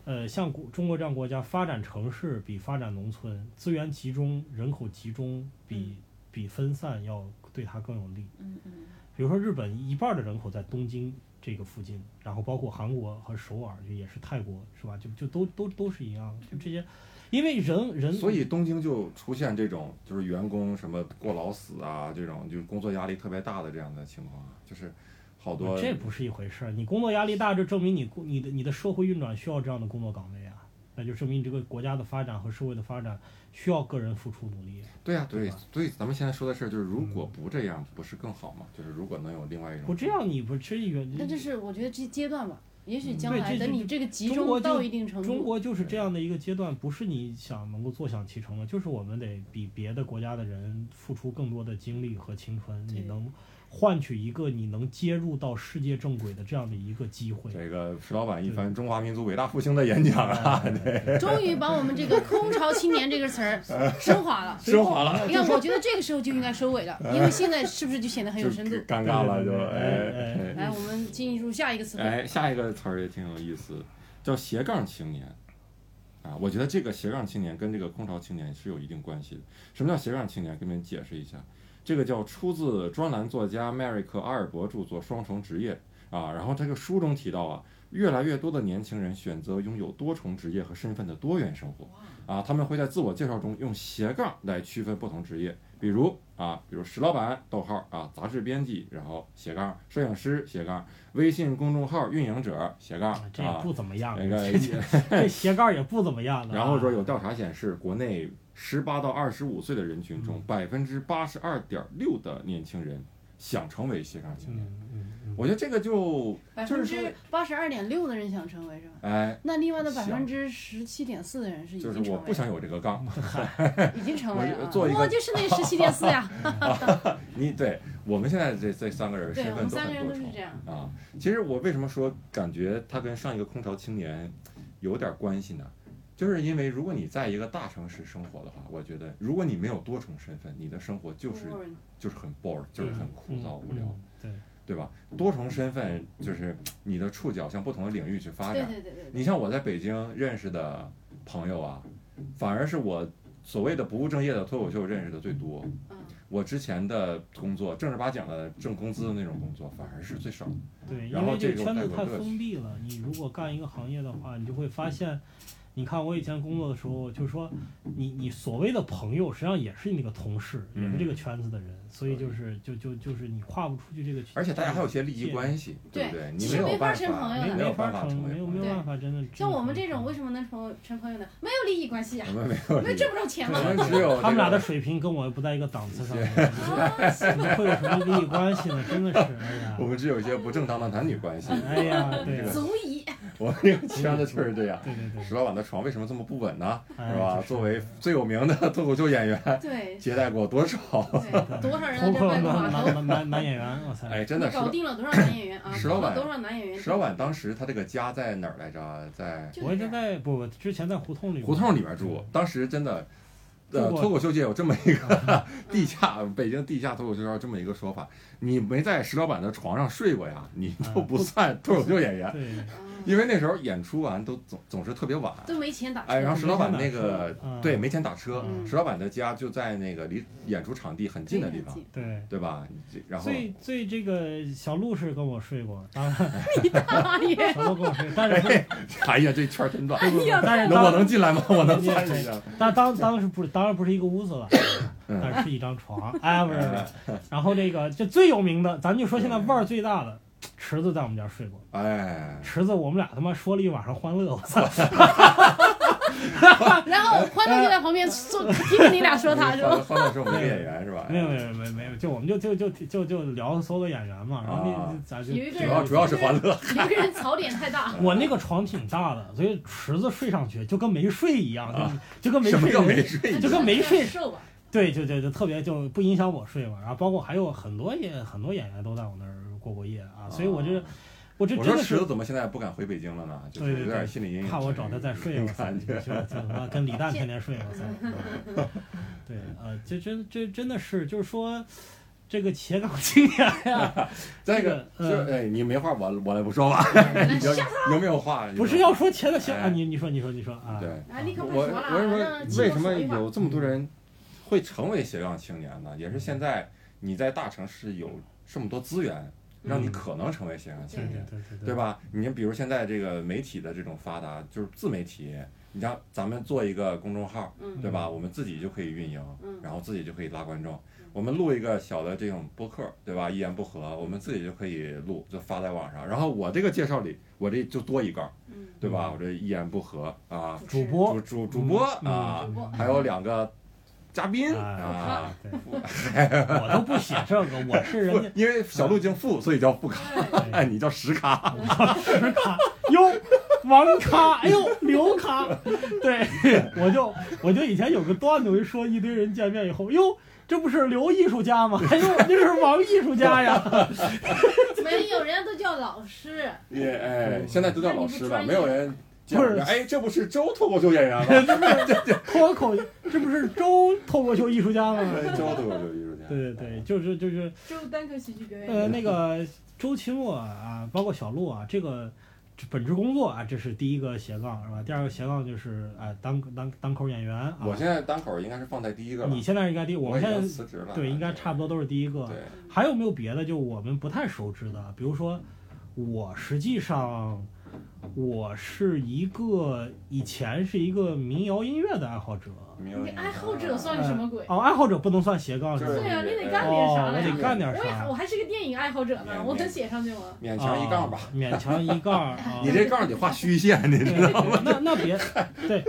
[SPEAKER 2] 呃，像国中国这样国家发展城市比发展农村，资源集中、人口集中比比分散要对它更有利。
[SPEAKER 3] 嗯嗯
[SPEAKER 2] 比如说日本一半的人口在东京这个附近，然后包括韩国和首尔，就也是泰国，是吧？就就都都都是一样，就这些，因为人人
[SPEAKER 1] 所以东京就出现这种就是员工什么过劳死啊，这种就是工作压力特别大的这样的情况，啊就是好多
[SPEAKER 2] 哦这不是一回事儿。你工作压力大，这证明你工你的你的社会运转需要这样的工作岗位啊，那就证明这个国家的发展和社会的发展需要个人付出努力。
[SPEAKER 1] 对呀、啊对嗯
[SPEAKER 2] 对吧，
[SPEAKER 1] 所以咱们现在说的事儿就是，如果不这样，不是更好吗？就是如果能有另外一种
[SPEAKER 2] 不这，样，你不至于
[SPEAKER 3] 那这是我觉得这阶段吧，也许将
[SPEAKER 2] 对
[SPEAKER 3] 来
[SPEAKER 2] 这
[SPEAKER 3] 等
[SPEAKER 2] 这
[SPEAKER 3] 你
[SPEAKER 2] 这
[SPEAKER 3] 这个集
[SPEAKER 2] 中
[SPEAKER 3] 中
[SPEAKER 2] 国就
[SPEAKER 3] 到一定程
[SPEAKER 2] 中
[SPEAKER 3] 度，
[SPEAKER 2] 国就是这样的一个阶段，不是你想能够坐享其成的，就是我们得比别的国家的人付出更多的精力和青春，
[SPEAKER 3] 对
[SPEAKER 2] 你能换取一个你能接入到世界正轨的这样的一个机会。
[SPEAKER 1] 这个石老板一番中华民族伟大复兴的演讲 啊，
[SPEAKER 2] 哎对
[SPEAKER 3] 终于把我们这个“空巢青年”这个词儿升华了。
[SPEAKER 1] 升华了，
[SPEAKER 3] 你看，我觉得这个时候就应该收尾了，因为现在是不是就显得很
[SPEAKER 1] 就
[SPEAKER 3] 有深度？
[SPEAKER 1] 尴尬了，就
[SPEAKER 2] 对对对
[SPEAKER 1] 哎
[SPEAKER 2] 哎
[SPEAKER 1] 哎。
[SPEAKER 3] 来，我们进入下一个词汇。
[SPEAKER 1] 哎，下一个词儿也挺有意思，叫斜杠青年。啊，我觉得这个斜杠青年跟这个空巢青年是有一定关系的。什么叫斜杠青年？跟你们解释一下，这个叫出自专栏作家迈瑞克·阿尔伯著作《双重职业》啊。然后这个书中提到啊，越来越多的年轻人选择拥有多重职业和身份的多元生活啊，他们会在自我介绍中用斜杠来区分不同职业，比如啊，比如石老板（逗号啊）杂志编辑，然后斜杠摄影师斜杠微信公众号运营者斜杠
[SPEAKER 2] 这也
[SPEAKER 1] 啊，
[SPEAKER 2] 不怎么样，
[SPEAKER 1] 那个
[SPEAKER 2] 这这这斜杠也不怎么样了。啊
[SPEAKER 1] 然后说有调查显示，国内十八到二十五岁的人群中，
[SPEAKER 2] 嗯
[SPEAKER 1] 百分之八十二点六的年轻人想成为斜杠青
[SPEAKER 2] 嗯
[SPEAKER 1] 年。
[SPEAKER 2] 嗯嗯，
[SPEAKER 1] 我觉得这个就
[SPEAKER 3] 百
[SPEAKER 1] 就
[SPEAKER 3] 分
[SPEAKER 1] 是说
[SPEAKER 3] 之八十二点六的人想成为是吧？
[SPEAKER 1] 哎，
[SPEAKER 3] 那另外的百
[SPEAKER 1] 想
[SPEAKER 3] 分之十七点四的人是已
[SPEAKER 1] 就
[SPEAKER 3] 经
[SPEAKER 1] 是我
[SPEAKER 3] 成为
[SPEAKER 1] 不
[SPEAKER 3] 了，
[SPEAKER 1] 想有这个杠。
[SPEAKER 3] 已经成为
[SPEAKER 1] 我就
[SPEAKER 3] 了啊。
[SPEAKER 1] 做一个
[SPEAKER 3] 我就是那十七点 四呀。
[SPEAKER 1] 你对我们现在这这三个人
[SPEAKER 3] 对
[SPEAKER 1] 身
[SPEAKER 3] 我
[SPEAKER 1] 份
[SPEAKER 3] 们
[SPEAKER 1] 都
[SPEAKER 3] 三个
[SPEAKER 1] 很
[SPEAKER 3] 人
[SPEAKER 1] 多
[SPEAKER 3] 都是
[SPEAKER 1] 重
[SPEAKER 3] 这样。
[SPEAKER 1] 啊。其实我为什么说感觉它跟上一个空巢青年有点关系呢？就是因为如果你在一个大城市生活的话，我觉得如果你没有多重身份，你的生活就是就是很 bored，就是很枯燥无聊。
[SPEAKER 2] 嗯。嗯
[SPEAKER 1] 对吧？多重身份就是你的触角向不同的领域去发
[SPEAKER 3] 对
[SPEAKER 1] 展。
[SPEAKER 3] 对对对对。
[SPEAKER 1] 你像我在北京认识的朋友啊，反而是我所谓的不务正业的脱口秀认识的最多。
[SPEAKER 3] 嗯，
[SPEAKER 1] 我之前的工作，正儿八经的挣工资的那种工作，反而是最少。
[SPEAKER 2] 对，
[SPEAKER 1] 嗯然
[SPEAKER 2] 因
[SPEAKER 1] 后
[SPEAKER 2] 为这
[SPEAKER 1] 这种
[SPEAKER 2] 个圈
[SPEAKER 1] 带
[SPEAKER 2] 子
[SPEAKER 1] 过
[SPEAKER 2] 太
[SPEAKER 1] 乐趣嗯
[SPEAKER 2] 封闭了。你如果干一个行业的话，你就会发现，你看我以前工作的时候，就是说
[SPEAKER 1] 嗯
[SPEAKER 2] 你你所谓的朋友，实际上也是你那个同事，也是这
[SPEAKER 1] 嗯
[SPEAKER 2] 个圈子的人，所以就是就就就是你跨不出去这个圈。
[SPEAKER 1] 而且大家还有些利益关系，
[SPEAKER 3] 对
[SPEAKER 1] 不对？你
[SPEAKER 3] 其实
[SPEAKER 1] 没有
[SPEAKER 3] 没法
[SPEAKER 1] 办
[SPEAKER 3] 成朋友
[SPEAKER 1] 法，
[SPEAKER 3] 的
[SPEAKER 1] 没有办
[SPEAKER 2] 法
[SPEAKER 1] 法
[SPEAKER 2] 成，
[SPEAKER 1] 成为
[SPEAKER 2] 没有
[SPEAKER 1] 朋
[SPEAKER 2] 没
[SPEAKER 1] 友
[SPEAKER 2] 有
[SPEAKER 3] 对
[SPEAKER 2] 办法真的。
[SPEAKER 3] 像我们这种为什么能成为成朋友呢？没有利益关系呀啊
[SPEAKER 1] 我，们没有
[SPEAKER 3] 因为
[SPEAKER 1] 利益，
[SPEAKER 3] 挣不着钱 嘛
[SPEAKER 1] 我。们只有
[SPEAKER 2] 他们俩的
[SPEAKER 1] 这
[SPEAKER 2] 水平跟我不在一个档次上，
[SPEAKER 3] 啊，
[SPEAKER 2] 怎么会有什么利益关系呢？真的是，哎呀
[SPEAKER 1] 个，我，们只有一些不正当的男女关 系。
[SPEAKER 2] 哎呀，对呀，
[SPEAKER 3] 足以。
[SPEAKER 1] 我们这个圈子就是这样。
[SPEAKER 2] 对对对，
[SPEAKER 1] 石老板的床为什么这么不稳呢？
[SPEAKER 2] 哎
[SPEAKER 1] 是吧？
[SPEAKER 2] 就是
[SPEAKER 1] 作为最有名的脱口秀演员，
[SPEAKER 3] 对
[SPEAKER 1] 接待过多少？
[SPEAKER 3] 对，多少
[SPEAKER 2] 包
[SPEAKER 3] 人在
[SPEAKER 2] 括
[SPEAKER 3] 外国
[SPEAKER 2] 男
[SPEAKER 3] 码头，
[SPEAKER 2] 男男男演员，我操，
[SPEAKER 1] 哎，真的，石
[SPEAKER 3] 搞
[SPEAKER 1] 老
[SPEAKER 3] 定了多少男演员啊？
[SPEAKER 1] 石
[SPEAKER 3] 搞
[SPEAKER 1] 老板
[SPEAKER 3] 了多少男演员？
[SPEAKER 1] 石老板当时他这个家在哪儿来着？在
[SPEAKER 3] 就
[SPEAKER 2] 我一
[SPEAKER 3] 是
[SPEAKER 2] 直
[SPEAKER 3] 这样
[SPEAKER 2] 在不，我之前在胡同里面，
[SPEAKER 1] 胡同里边住。当时真的，呃，
[SPEAKER 2] 住过
[SPEAKER 1] 脱口秀界有这么一个地下，北京地下脱口秀圈这么一个说法：你没在石老板的床上睡过呀，你就不算脱口秀演员。
[SPEAKER 2] 对。
[SPEAKER 3] 嗯
[SPEAKER 1] 因为那时候演出完都总总是特别晚，
[SPEAKER 3] 都没钱打车。
[SPEAKER 1] 哎，然后石老板那
[SPEAKER 2] 没
[SPEAKER 1] 个
[SPEAKER 2] 钱打车
[SPEAKER 1] 对
[SPEAKER 2] 嗯
[SPEAKER 1] 没钱打车，
[SPEAKER 3] 嗯
[SPEAKER 1] 石老板的家就在那个离演出场地很近的地方，
[SPEAKER 2] 对，
[SPEAKER 1] 对吧？这然后
[SPEAKER 2] 最最这个小鹿是跟我睡过，当然
[SPEAKER 3] 大爷，
[SPEAKER 2] 小鹿跟我睡，但是不是
[SPEAKER 1] 哎呀，这圈儿真乱。
[SPEAKER 3] 呀
[SPEAKER 2] 但是
[SPEAKER 1] 能我能
[SPEAKER 2] 当
[SPEAKER 1] 进来吗？我能参与一下。
[SPEAKER 2] 但当当时不是当然不是一个屋子了，
[SPEAKER 1] 嗯
[SPEAKER 2] 但是一张床，哎不是不是，然后这个这最有名的，咱就说现在腕儿最大的。池子在我们家睡过，
[SPEAKER 1] 哎，
[SPEAKER 2] 池子我们俩他妈说了一晚上欢乐，我操！
[SPEAKER 3] 然后欢乐就在旁边 说，听着你俩说他是吧？
[SPEAKER 1] 方老师，我们这个演员是吧？
[SPEAKER 2] 没有没有没有没有，就我们就就就就就聊所有的演员嘛，然后那
[SPEAKER 1] 啊
[SPEAKER 2] 咱就
[SPEAKER 3] 有一个
[SPEAKER 1] 主
[SPEAKER 3] 人
[SPEAKER 1] 要主要是欢乐。
[SPEAKER 3] 有一个人槽点 太大，
[SPEAKER 2] 我那个床挺大的，所以池子睡上去就跟没睡一样，
[SPEAKER 1] 啊
[SPEAKER 2] 就就跟没
[SPEAKER 1] 什么
[SPEAKER 2] 睡
[SPEAKER 1] 叫
[SPEAKER 2] 人
[SPEAKER 1] 没睡？
[SPEAKER 2] 就跟没睡
[SPEAKER 3] 瘦 吧。
[SPEAKER 2] 对，就就就特别就不影响我睡嘛。然后包括还有很多也很多演员都在我那儿过过夜啊，所以我这我这
[SPEAKER 1] 我
[SPEAKER 2] 真
[SPEAKER 1] 说
[SPEAKER 2] 的
[SPEAKER 1] 池
[SPEAKER 2] 是
[SPEAKER 1] 子怎么现在不敢回北京了呢？就是有点心理阴影。
[SPEAKER 2] 怕我找他再睡，我操，
[SPEAKER 1] 感
[SPEAKER 2] 你
[SPEAKER 1] 觉
[SPEAKER 2] 就就他妈跟李诞天天睡，我操。对，呃，这真这真的是就是说。这个斜杠青年呀，
[SPEAKER 1] 再一个
[SPEAKER 2] 个
[SPEAKER 1] 是
[SPEAKER 2] 呃，
[SPEAKER 1] 哎，你没话，我我来不说吧。
[SPEAKER 3] 哎
[SPEAKER 1] 有有没有话？
[SPEAKER 2] 不是
[SPEAKER 1] 有没有
[SPEAKER 2] 要说斜杠青
[SPEAKER 1] 哎
[SPEAKER 2] 啊，你你说你说你说啊，
[SPEAKER 1] 对。
[SPEAKER 3] 哎，你可
[SPEAKER 1] 我
[SPEAKER 3] 不
[SPEAKER 1] 我
[SPEAKER 3] 说了，
[SPEAKER 1] 是
[SPEAKER 3] 让
[SPEAKER 1] 说，为什
[SPEAKER 3] 鸡巴
[SPEAKER 1] 么
[SPEAKER 3] 说一会儿
[SPEAKER 1] 有这么
[SPEAKER 2] 嗯
[SPEAKER 1] 多人会成为斜杠青年呢？也是现在你在大城市有这么多资源，让你
[SPEAKER 2] 嗯
[SPEAKER 1] 可能成为斜杠青
[SPEAKER 2] 对
[SPEAKER 1] 年
[SPEAKER 2] 对。对对
[SPEAKER 1] 对？吧？你比如现在这个媒体的这种发达，就是自媒体，你像咱们做一个公众号，
[SPEAKER 3] 嗯
[SPEAKER 1] 对吧？我们自己就可以运营，
[SPEAKER 3] 嗯
[SPEAKER 1] 然后自己就可以拉观众
[SPEAKER 3] 嗯。
[SPEAKER 1] 我们录一个小的这种播客，对吧？一言不合，我们自己就可以录，就发在网上。然后我这个介绍里，我这就多一杠，
[SPEAKER 3] 嗯
[SPEAKER 1] 对吧？我这一言不合啊，
[SPEAKER 2] 主
[SPEAKER 3] 主持
[SPEAKER 1] 主
[SPEAKER 2] 播
[SPEAKER 1] 主主播
[SPEAKER 2] 嗯
[SPEAKER 1] 啊
[SPEAKER 3] 主，播
[SPEAKER 1] 还有两个嘉宾
[SPEAKER 2] 啊
[SPEAKER 1] 啊，，
[SPEAKER 2] 对， 我都不写这个，我是人
[SPEAKER 1] 不
[SPEAKER 2] 家，
[SPEAKER 1] 因为小鹿姓傅，所以叫傅咖，哎，你叫石咖，
[SPEAKER 2] 石咖哟，王咖，哎呦，刘咖，对， 我就我就以前有个段子，我就说一堆人见面以后，哟，这不是刘艺术家 吗？哎呦，这是王艺术家 呀！
[SPEAKER 3] 没有，人家都叫老师。
[SPEAKER 1] 也哎，现在都叫老师了，没有人叫
[SPEAKER 2] 不是
[SPEAKER 1] 哎，这不是周脱口秀演员
[SPEAKER 2] 这
[SPEAKER 1] 吗？
[SPEAKER 2] 不是脱口，这不是周脱口秀艺术家吗？
[SPEAKER 1] 哎周脱口秀艺术家，
[SPEAKER 2] 对对对，就是就是，
[SPEAKER 4] 周单口喜剧 表演
[SPEAKER 2] 呃，那个周奇墨啊，包括小鹿啊，这个本职工作啊，这是第一个斜杠是吧？第二个斜杠就是啊、当当当口演员啊。
[SPEAKER 1] 我现在单口应该是放在第一个吧
[SPEAKER 2] 你，现在应该第，
[SPEAKER 1] 我
[SPEAKER 2] 我们
[SPEAKER 1] 已
[SPEAKER 2] 现
[SPEAKER 1] 经
[SPEAKER 2] 在
[SPEAKER 1] 辞职了，
[SPEAKER 2] 对应该差不多都是第一个。
[SPEAKER 1] 对，
[SPEAKER 2] 还有没有别的？就我们不太熟知的，比如说我实际上我是一个以前是一个民谣音乐的爱好者。
[SPEAKER 1] 没有
[SPEAKER 4] 你
[SPEAKER 1] 人
[SPEAKER 4] 爱好者算什么鬼？
[SPEAKER 2] 哦，爱好者不能算斜杠是
[SPEAKER 1] 就
[SPEAKER 2] 吧
[SPEAKER 1] 是？
[SPEAKER 4] 对呀、啊你得干点啥
[SPEAKER 2] 哦，我
[SPEAKER 4] 来呀
[SPEAKER 2] 得？干点
[SPEAKER 4] 我也
[SPEAKER 2] 啥
[SPEAKER 4] 我。还是个电影爱好者
[SPEAKER 1] 免
[SPEAKER 4] 呢，我能写上去吗？
[SPEAKER 1] 勉强一杠吧。
[SPEAKER 2] 啊，勉强一 杠。啊、
[SPEAKER 1] 你这杠得画虚线，你知
[SPEAKER 2] 对
[SPEAKER 1] 道吗？
[SPEAKER 2] 对那那别对，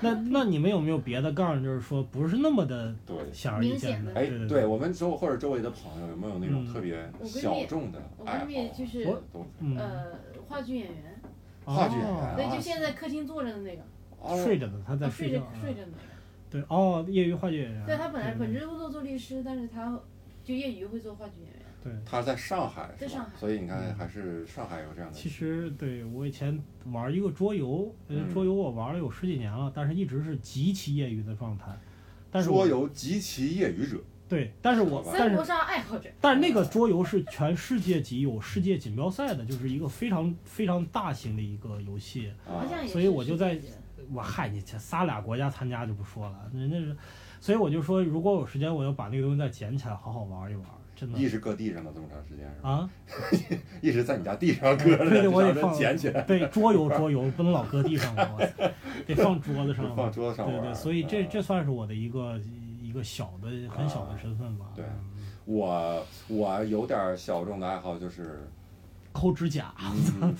[SPEAKER 2] 那那你们有没有别的杠？就是说不是那么的
[SPEAKER 1] 对，
[SPEAKER 2] 显而易见
[SPEAKER 1] 哎
[SPEAKER 2] 对，
[SPEAKER 1] 对我们周或者周围的朋友有没有那种
[SPEAKER 2] 嗯
[SPEAKER 1] 特别
[SPEAKER 4] 我闺蜜
[SPEAKER 1] 小众的
[SPEAKER 4] 我
[SPEAKER 1] 爱
[SPEAKER 4] 闺
[SPEAKER 1] 好？啊
[SPEAKER 4] 蜜就是
[SPEAKER 2] 我
[SPEAKER 1] 都
[SPEAKER 2] 嗯，
[SPEAKER 4] 呃话剧演员，
[SPEAKER 1] 啊话剧演
[SPEAKER 2] 哦
[SPEAKER 1] 员
[SPEAKER 4] 对，就现在客厅坐着的那个，
[SPEAKER 1] 哦
[SPEAKER 2] 睡着呢，他在
[SPEAKER 4] 啊睡
[SPEAKER 2] 着
[SPEAKER 4] 着
[SPEAKER 2] 啊。
[SPEAKER 4] 睡着的那
[SPEAKER 2] 对，哦，业余话剧演员。
[SPEAKER 4] 个。对她本来本
[SPEAKER 2] 对
[SPEAKER 4] 职工作做律师，但是她就业余会做话剧演员。
[SPEAKER 2] 对，
[SPEAKER 1] 他在上海，
[SPEAKER 4] 在
[SPEAKER 1] 是吧
[SPEAKER 4] 上海
[SPEAKER 1] 所以你看还是上海有这样的。
[SPEAKER 2] 嗯其实对我以前玩一个桌游，呃
[SPEAKER 1] 嗯
[SPEAKER 2] 桌游我玩了有十几年了，但是一直是极其业余的状态。但是
[SPEAKER 1] 桌
[SPEAKER 2] 我
[SPEAKER 1] 游极其业余者，
[SPEAKER 2] 对，但是
[SPEAKER 1] 好
[SPEAKER 2] 我
[SPEAKER 1] 吧
[SPEAKER 2] 但
[SPEAKER 4] 三
[SPEAKER 2] 是
[SPEAKER 4] 国杀爱好者，
[SPEAKER 2] 但是那个桌游是全世界级有世界锦标赛的，就是一个非常非常大型的一个游戏。
[SPEAKER 1] 啊
[SPEAKER 4] 好，像也是。
[SPEAKER 2] 所以我就在
[SPEAKER 4] 是这个
[SPEAKER 2] 我嗨，你这仨俩国家参加就不说了，人家是，所以我就说，如果有时间，我要把那个东西再捡起来，好好玩一玩，真
[SPEAKER 1] 一
[SPEAKER 2] 的。
[SPEAKER 1] 直搁地上了这么长时间是吧？
[SPEAKER 2] 嗯啊，哎
[SPEAKER 1] 一直在你家地上搁着，
[SPEAKER 2] 对对，我得
[SPEAKER 1] 让
[SPEAKER 2] 放
[SPEAKER 1] 人捡起来，
[SPEAKER 2] 对，桌游桌游不能老搁地上玩，我得放桌子上
[SPEAKER 1] 就
[SPEAKER 2] 玩。
[SPEAKER 1] 放桌子上玩
[SPEAKER 2] 对
[SPEAKER 1] 儿。
[SPEAKER 2] 对，所以这
[SPEAKER 1] 啊
[SPEAKER 2] 这算是我的一个一个小的很小的身份吧。
[SPEAKER 1] 啊对
[SPEAKER 2] 嗯
[SPEAKER 1] 我我有点小众的爱好就是
[SPEAKER 2] 抠指甲。
[SPEAKER 1] 嗯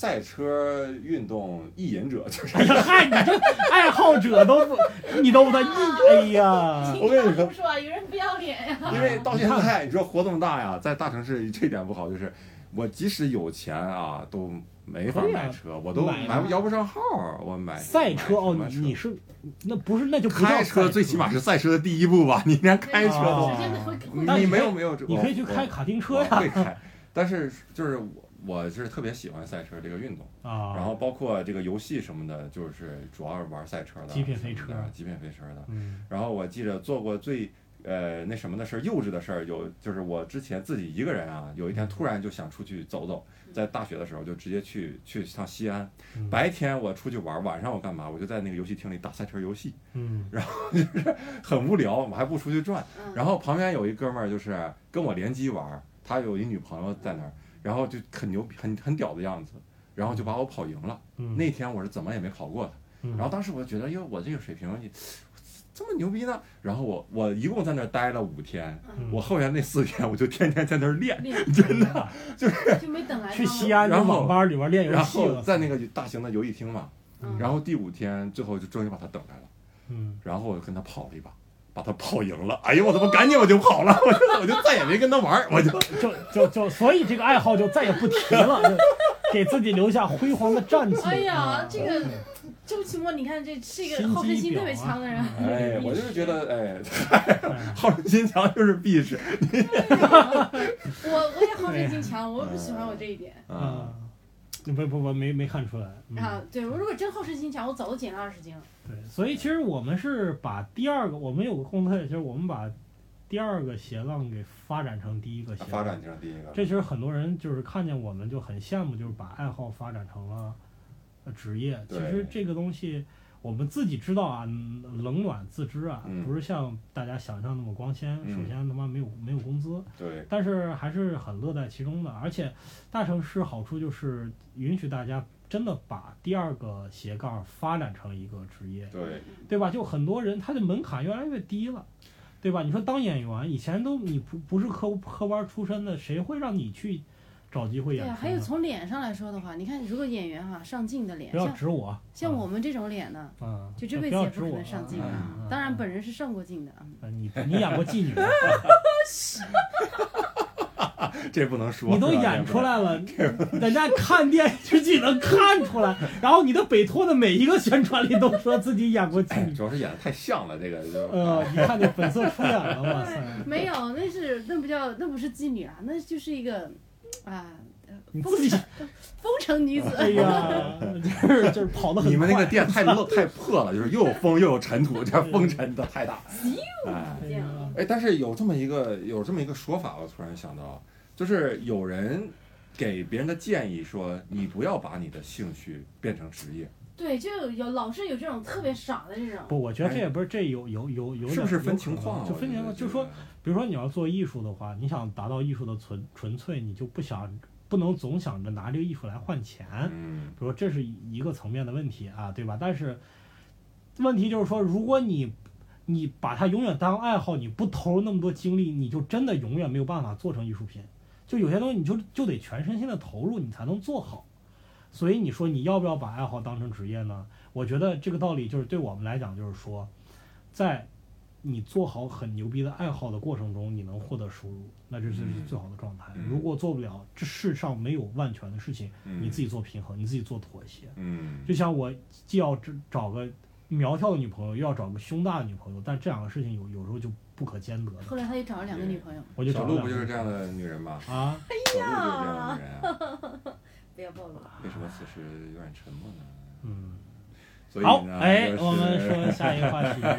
[SPEAKER 1] 赛车运动意淫者， 就是
[SPEAKER 2] 哎呀，嗨，你这爱好者都不，你都不得一，哎呀，
[SPEAKER 1] 我跟你说
[SPEAKER 4] 不说啊，有人不要脸 呀、
[SPEAKER 1] 因为到现在你说活这么大呀，在大城市这点不好就是，我即使有钱啊，都没法
[SPEAKER 2] 可以啊
[SPEAKER 1] 买车，我都
[SPEAKER 2] 买啊
[SPEAKER 1] 买不摇不上号儿，我买
[SPEAKER 2] 赛车哦，
[SPEAKER 1] 买哎
[SPEAKER 2] 你
[SPEAKER 1] 什么
[SPEAKER 2] 你是那不是那就不叫
[SPEAKER 1] 开
[SPEAKER 2] 赛
[SPEAKER 1] 车最起码是赛车的第一步吧，你连开车都
[SPEAKER 2] 啊
[SPEAKER 4] 首先得会会
[SPEAKER 2] 那
[SPEAKER 1] 你
[SPEAKER 2] 你
[SPEAKER 1] 没
[SPEAKER 2] 可以
[SPEAKER 1] 有没有这，
[SPEAKER 2] 你可以去
[SPEAKER 1] 我
[SPEAKER 2] 开卡丁车
[SPEAKER 1] 我
[SPEAKER 2] 呀
[SPEAKER 1] 会开，但是就是我我是特别喜欢赛车这个运动，哦
[SPEAKER 2] 啊，
[SPEAKER 1] 然后包括这个游戏什么的，就是主要是玩赛车的，
[SPEAKER 2] 极品飞车
[SPEAKER 1] 什么的极品飞车的。
[SPEAKER 2] 嗯
[SPEAKER 1] 然后我记着做过最呃那什么的事儿，幼稚的事儿有，就是我之前自己一个人啊，有一天突然就想出去走走，在大学的时候就直接去去趟西安，
[SPEAKER 2] 嗯
[SPEAKER 1] 白天我出去玩儿，晚上我干嘛？我就在那个游戏厅里打赛车游戏，
[SPEAKER 2] 嗯
[SPEAKER 1] 很无聊，我还不出去转。
[SPEAKER 4] 嗯
[SPEAKER 1] 然后旁边有一哥们儿就是跟我联机玩儿，他有一女朋友在那儿，然后就很牛逼很很屌的样子，然后就把我跑赢了。
[SPEAKER 2] 嗯，
[SPEAKER 1] 那天我是怎么也没跑过他。
[SPEAKER 2] 嗯
[SPEAKER 1] 然后当时我就觉得，哟，我这个水平你这么牛逼呢？然后我我一共在那儿待了五天，
[SPEAKER 2] 嗯
[SPEAKER 1] 我后面那四天我就天天在那儿练，
[SPEAKER 4] 脸嗯
[SPEAKER 1] 真的。
[SPEAKER 4] 就没等来他们
[SPEAKER 2] 去西安的
[SPEAKER 1] 然后
[SPEAKER 2] 网吧里边练游戏
[SPEAKER 1] 然后
[SPEAKER 2] 了
[SPEAKER 1] 在那个大型的游戏厅嘛，
[SPEAKER 4] 嗯
[SPEAKER 1] 然后第五天最后就终于把他等来了，
[SPEAKER 2] 嗯
[SPEAKER 1] 然后我就跟他跑了一把。把他跑赢了，哎呦，我他妈赶紧我就跑了， 我就我就再也没跟他玩儿，我就
[SPEAKER 2] 就就就，所以这个爱好就再也不提 了，就给自己留下辉煌的战绩。
[SPEAKER 4] 哎呀
[SPEAKER 2] 啊，
[SPEAKER 4] 这个周奇墨，你看这是一个
[SPEAKER 2] 心
[SPEAKER 4] 好胜
[SPEAKER 2] 机
[SPEAKER 4] 心
[SPEAKER 2] 婊
[SPEAKER 4] 特别
[SPEAKER 2] 啊
[SPEAKER 4] 强的 人。
[SPEAKER 1] 哎，我就是觉 得哎，
[SPEAKER 2] 哎
[SPEAKER 1] 好胜心强就是必是
[SPEAKER 4] 我我也好胜心 强，
[SPEAKER 2] 哎
[SPEAKER 4] 我又不喜欢我这一点
[SPEAKER 2] 嗯
[SPEAKER 1] 啊，，
[SPEAKER 2] 不不不，没没看出来。嗯、
[SPEAKER 4] 啊。对我如果真好胜心强，我早都减了二十斤了。
[SPEAKER 2] 对，所以其实我们是把第二个，我们有个共特点，就是我们把第二个斜杠给发展成第一个斜杠。
[SPEAKER 1] 发展成第一个，
[SPEAKER 2] 这其实很多人就是看见我们就很羡慕，就是把爱好发展成了呃职业。其
[SPEAKER 1] 对
[SPEAKER 2] 实这个东西我们自己知道啊，嗯冷暖自知啊，
[SPEAKER 1] 嗯
[SPEAKER 2] 不是像大家想象那么光鲜。
[SPEAKER 1] 嗯
[SPEAKER 2] 首先他妈没有没有工资，
[SPEAKER 1] 对，
[SPEAKER 2] 但是还是很乐在其中的。而且大城市好处就是允许大家真的把第二个斜杠发展成一个职业。
[SPEAKER 1] 对，
[SPEAKER 2] 对吧？就很多人他的门槛越来越低了，对吧？你说当演员，以前都你不不是科科班出身的，谁会让你去找机会演
[SPEAKER 3] 对
[SPEAKER 2] 出
[SPEAKER 3] 啊，
[SPEAKER 2] 呢。
[SPEAKER 3] 还有从脸上来说的话，你看，如果演员哈上镜的脸，
[SPEAKER 2] 不要
[SPEAKER 3] 像
[SPEAKER 2] 指我，
[SPEAKER 3] 像
[SPEAKER 2] 啊
[SPEAKER 3] 我们这种脸呢，
[SPEAKER 2] 啊，
[SPEAKER 3] 就这
[SPEAKER 2] 不
[SPEAKER 3] 辈子
[SPEAKER 2] 要
[SPEAKER 3] 也
[SPEAKER 2] 指
[SPEAKER 3] 不可
[SPEAKER 2] 我
[SPEAKER 3] 能上镜
[SPEAKER 2] 啊
[SPEAKER 3] 的
[SPEAKER 2] 啊啊
[SPEAKER 3] 当然，本人是上过镜的啊。
[SPEAKER 2] 啊你你演 过妓女，
[SPEAKER 1] 这不能说，
[SPEAKER 2] 你都
[SPEAKER 1] 是吧
[SPEAKER 2] 演出，来 了，人家看电视剧能看出来。然后你的北托的每一个宣传里都说自己演过妓
[SPEAKER 1] 哎
[SPEAKER 2] 女，
[SPEAKER 1] 主要是演的太像了，这个就
[SPEAKER 2] 呃，一看就本色出演了，哇塞！
[SPEAKER 3] 没有，那是那不叫那不是妓女啊，那就是一个啊
[SPEAKER 2] 你自己，
[SPEAKER 3] 风尘女子。
[SPEAKER 2] 哎呀，就是就是跑得很快。嗯
[SPEAKER 1] 你们那个店太漏太破了，就是又有风又有尘土，这风尘的太大。哎，
[SPEAKER 2] 哎呀
[SPEAKER 1] 哎，但是有这么一个有这么一个说法，我突然想到，就是有人给别人的建议说，你不要把你的兴趣变成职业，
[SPEAKER 3] 对，就有老是有这种特别傻的这种。
[SPEAKER 2] 不，我觉得这也不是，这有有有有点
[SPEAKER 1] 是不是分
[SPEAKER 2] 有
[SPEAKER 1] 情
[SPEAKER 2] 可能
[SPEAKER 1] 况啊？
[SPEAKER 2] 就分情况，就说，比如说你要做艺术的话，你想达到艺术的纯纯粹，你就不想不能总想着拿这个艺术来换钱。
[SPEAKER 1] 嗯，
[SPEAKER 2] 比如说这是一个层面的问题啊，对吧？但是问题就是说，如果你你把它永远当爱好，你不投入那么多精力，你就真的永远没有办法做成艺术品。就有些东西你就就得全身心的投入，你才能做好。所以你说你要不要把爱好当成职业呢？我觉得这个道理就是对我们来讲，就是说，在你做好很牛逼的爱好的过程中，你能获得收入，那这就是最好的状态。
[SPEAKER 1] 嗯
[SPEAKER 2] 如果做不了，这世上没有万全的事情。
[SPEAKER 1] 嗯
[SPEAKER 2] 你自己做平衡，你自己做妥协。
[SPEAKER 1] 嗯
[SPEAKER 2] 就像我既要找找个苗条的女朋友，又要找个胸大的女朋友，但这两个事情有有时候就不可兼得的。
[SPEAKER 3] 后来他又找了两个女朋友，
[SPEAKER 2] 我就
[SPEAKER 1] 小
[SPEAKER 2] 找
[SPEAKER 1] 鹿
[SPEAKER 2] 了
[SPEAKER 1] 不就是
[SPEAKER 2] 两
[SPEAKER 1] 这
[SPEAKER 2] 个
[SPEAKER 1] 样的女人吗？
[SPEAKER 2] 啊，
[SPEAKER 1] 小鹿就是这样的女人啊。
[SPEAKER 4] 不要暴露。
[SPEAKER 1] 为什么此时有点沉默呢？
[SPEAKER 2] 嗯，
[SPEAKER 1] 所以
[SPEAKER 2] 好，
[SPEAKER 1] 呢，
[SPEAKER 2] 哎
[SPEAKER 1] 就，是
[SPEAKER 2] 我们说下一个话题，哎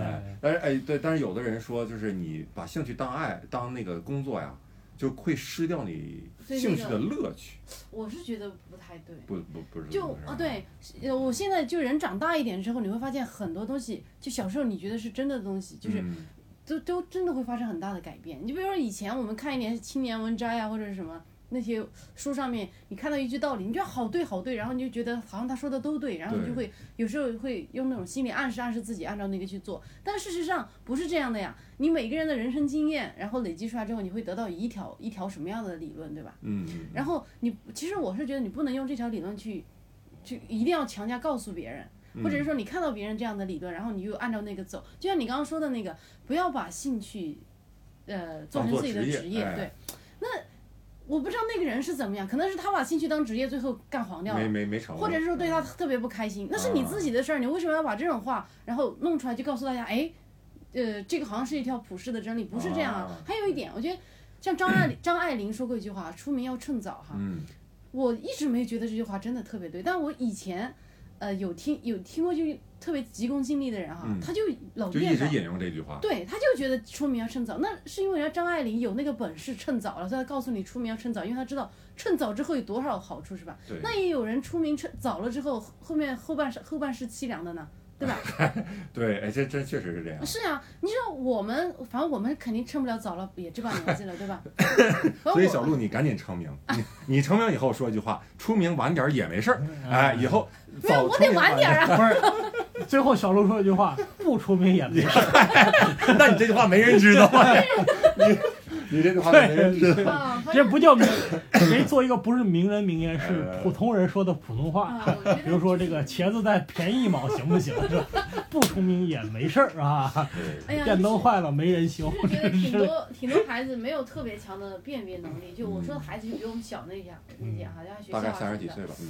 [SPEAKER 1] 哎，，但是哎，对，但是有的人说，就是你把兴趣当爱当那个工作呀，就会失掉你
[SPEAKER 3] 所以
[SPEAKER 1] 兴
[SPEAKER 3] 那
[SPEAKER 1] 趣
[SPEAKER 3] 个
[SPEAKER 1] 的乐趣。
[SPEAKER 3] 我是觉得不太对。
[SPEAKER 1] 不不不是这
[SPEAKER 3] 就
[SPEAKER 1] 么回事
[SPEAKER 3] 啊，
[SPEAKER 1] 儿，
[SPEAKER 3] 对，呃我现在就人长大一点之后，你会发现很多东西，就小时候你觉得是真的东西，就是
[SPEAKER 1] 嗯
[SPEAKER 3] 都都真的会发生很大的改变。你比如说以前我们看一点青年文摘呀、啊或者是什么那些书上面，你看到一句道理，你觉得好对好对，然后你就觉得好像他说的都对，然后你
[SPEAKER 1] 对
[SPEAKER 3] 就会有时候会用那种心理暗示暗示自己按照那个去做，但事实上不是这样的呀。你每个人的人生经验，然后累积出来之后，你会得到一条一条什么样的理论，对吧？
[SPEAKER 1] 嗯，嗯
[SPEAKER 3] 然后你其实我是觉得你不能用这条理论去，去一定要强加告诉别人，
[SPEAKER 1] 嗯
[SPEAKER 3] 或者是说你看到别人这样的理论，然后你就按照那个走。就像你刚刚说的那个，不要把兴趣，呃，做
[SPEAKER 1] 当
[SPEAKER 3] 成
[SPEAKER 1] 做
[SPEAKER 3] 自己的
[SPEAKER 1] 职业
[SPEAKER 3] 职业。
[SPEAKER 1] 哎
[SPEAKER 3] 对，那我不知道那个人是怎么样，可能是他把兴趣当职业，最后干黄掉
[SPEAKER 1] 没嗯
[SPEAKER 3] 了。
[SPEAKER 1] 没没成功，
[SPEAKER 3] 或者是说对他特别不开心，那是你自己的事儿，你为什么要把这种话然后弄出来就告诉大家？哎，呃，这个好像是一条普世的真理，不是这样啊
[SPEAKER 1] 啊。
[SPEAKER 3] 还有一点，我觉得像张爱张爱玲说过一句话：“出名要趁早。”哈，
[SPEAKER 1] 嗯
[SPEAKER 3] 我一直没觉得这句话真的特别对，但我以前呃有听有听过，就是特别急功近利的人哈
[SPEAKER 1] 嗯，
[SPEAKER 3] 他就老
[SPEAKER 1] 就一
[SPEAKER 3] 念
[SPEAKER 1] 直
[SPEAKER 3] 叨。
[SPEAKER 1] 引用这句话，
[SPEAKER 3] 对，他就觉得出名要趁早，那是因为人家张爱玲有那个本事趁早了，所以她告诉你出名要趁早，因为她知道趁早之后有多少好处，是吧？
[SPEAKER 1] 对，
[SPEAKER 3] 那也有人出名趁早了之后，后后面后半生后半世凄凉的呢，对吧？
[SPEAKER 1] 对，哎，这这确实是这样，
[SPEAKER 3] 是啊，你知道我们，反正我们肯定趁不了早了，也这把年纪了，对吧？反正
[SPEAKER 1] 所以
[SPEAKER 3] 我
[SPEAKER 1] 小鹿你赶紧成名，
[SPEAKER 3] 啊
[SPEAKER 1] 你你成名以后说一句话，出名晚点儿也没事儿，哎，以后
[SPEAKER 3] 嗯没有，
[SPEAKER 1] 早
[SPEAKER 3] 我
[SPEAKER 1] 出
[SPEAKER 3] 得
[SPEAKER 1] 名
[SPEAKER 3] 晚点儿啊。
[SPEAKER 2] 不是，最后小鹿说一句话，不出名也没事。
[SPEAKER 1] 那你这句话没人知道啊，你你这句话没人知道，
[SPEAKER 3] 啊，反
[SPEAKER 2] 这
[SPEAKER 3] 正
[SPEAKER 2] 不叫名，没做一个不是名人名言，是
[SPEAKER 1] 哎
[SPEAKER 2] 普通人说的普通话。
[SPEAKER 4] 啊，我觉得
[SPEAKER 2] 比如说这个茄子蛋便宜一毛行不行？是吧？不出名也没事儿啊，
[SPEAKER 3] 哎呀，
[SPEAKER 2] 电灯坏了没人 修，
[SPEAKER 3] 就是觉得
[SPEAKER 2] 真
[SPEAKER 3] 挺
[SPEAKER 2] 是。
[SPEAKER 3] 多挺多孩子没有特别强的辨别能力，就我说的孩子就比我们小那一下那些哈，就像学校
[SPEAKER 1] 嗯大概
[SPEAKER 3] 啊
[SPEAKER 1] 三
[SPEAKER 3] 什
[SPEAKER 1] 十
[SPEAKER 3] 么
[SPEAKER 1] 几
[SPEAKER 3] 的，
[SPEAKER 1] 岁吧，嗯，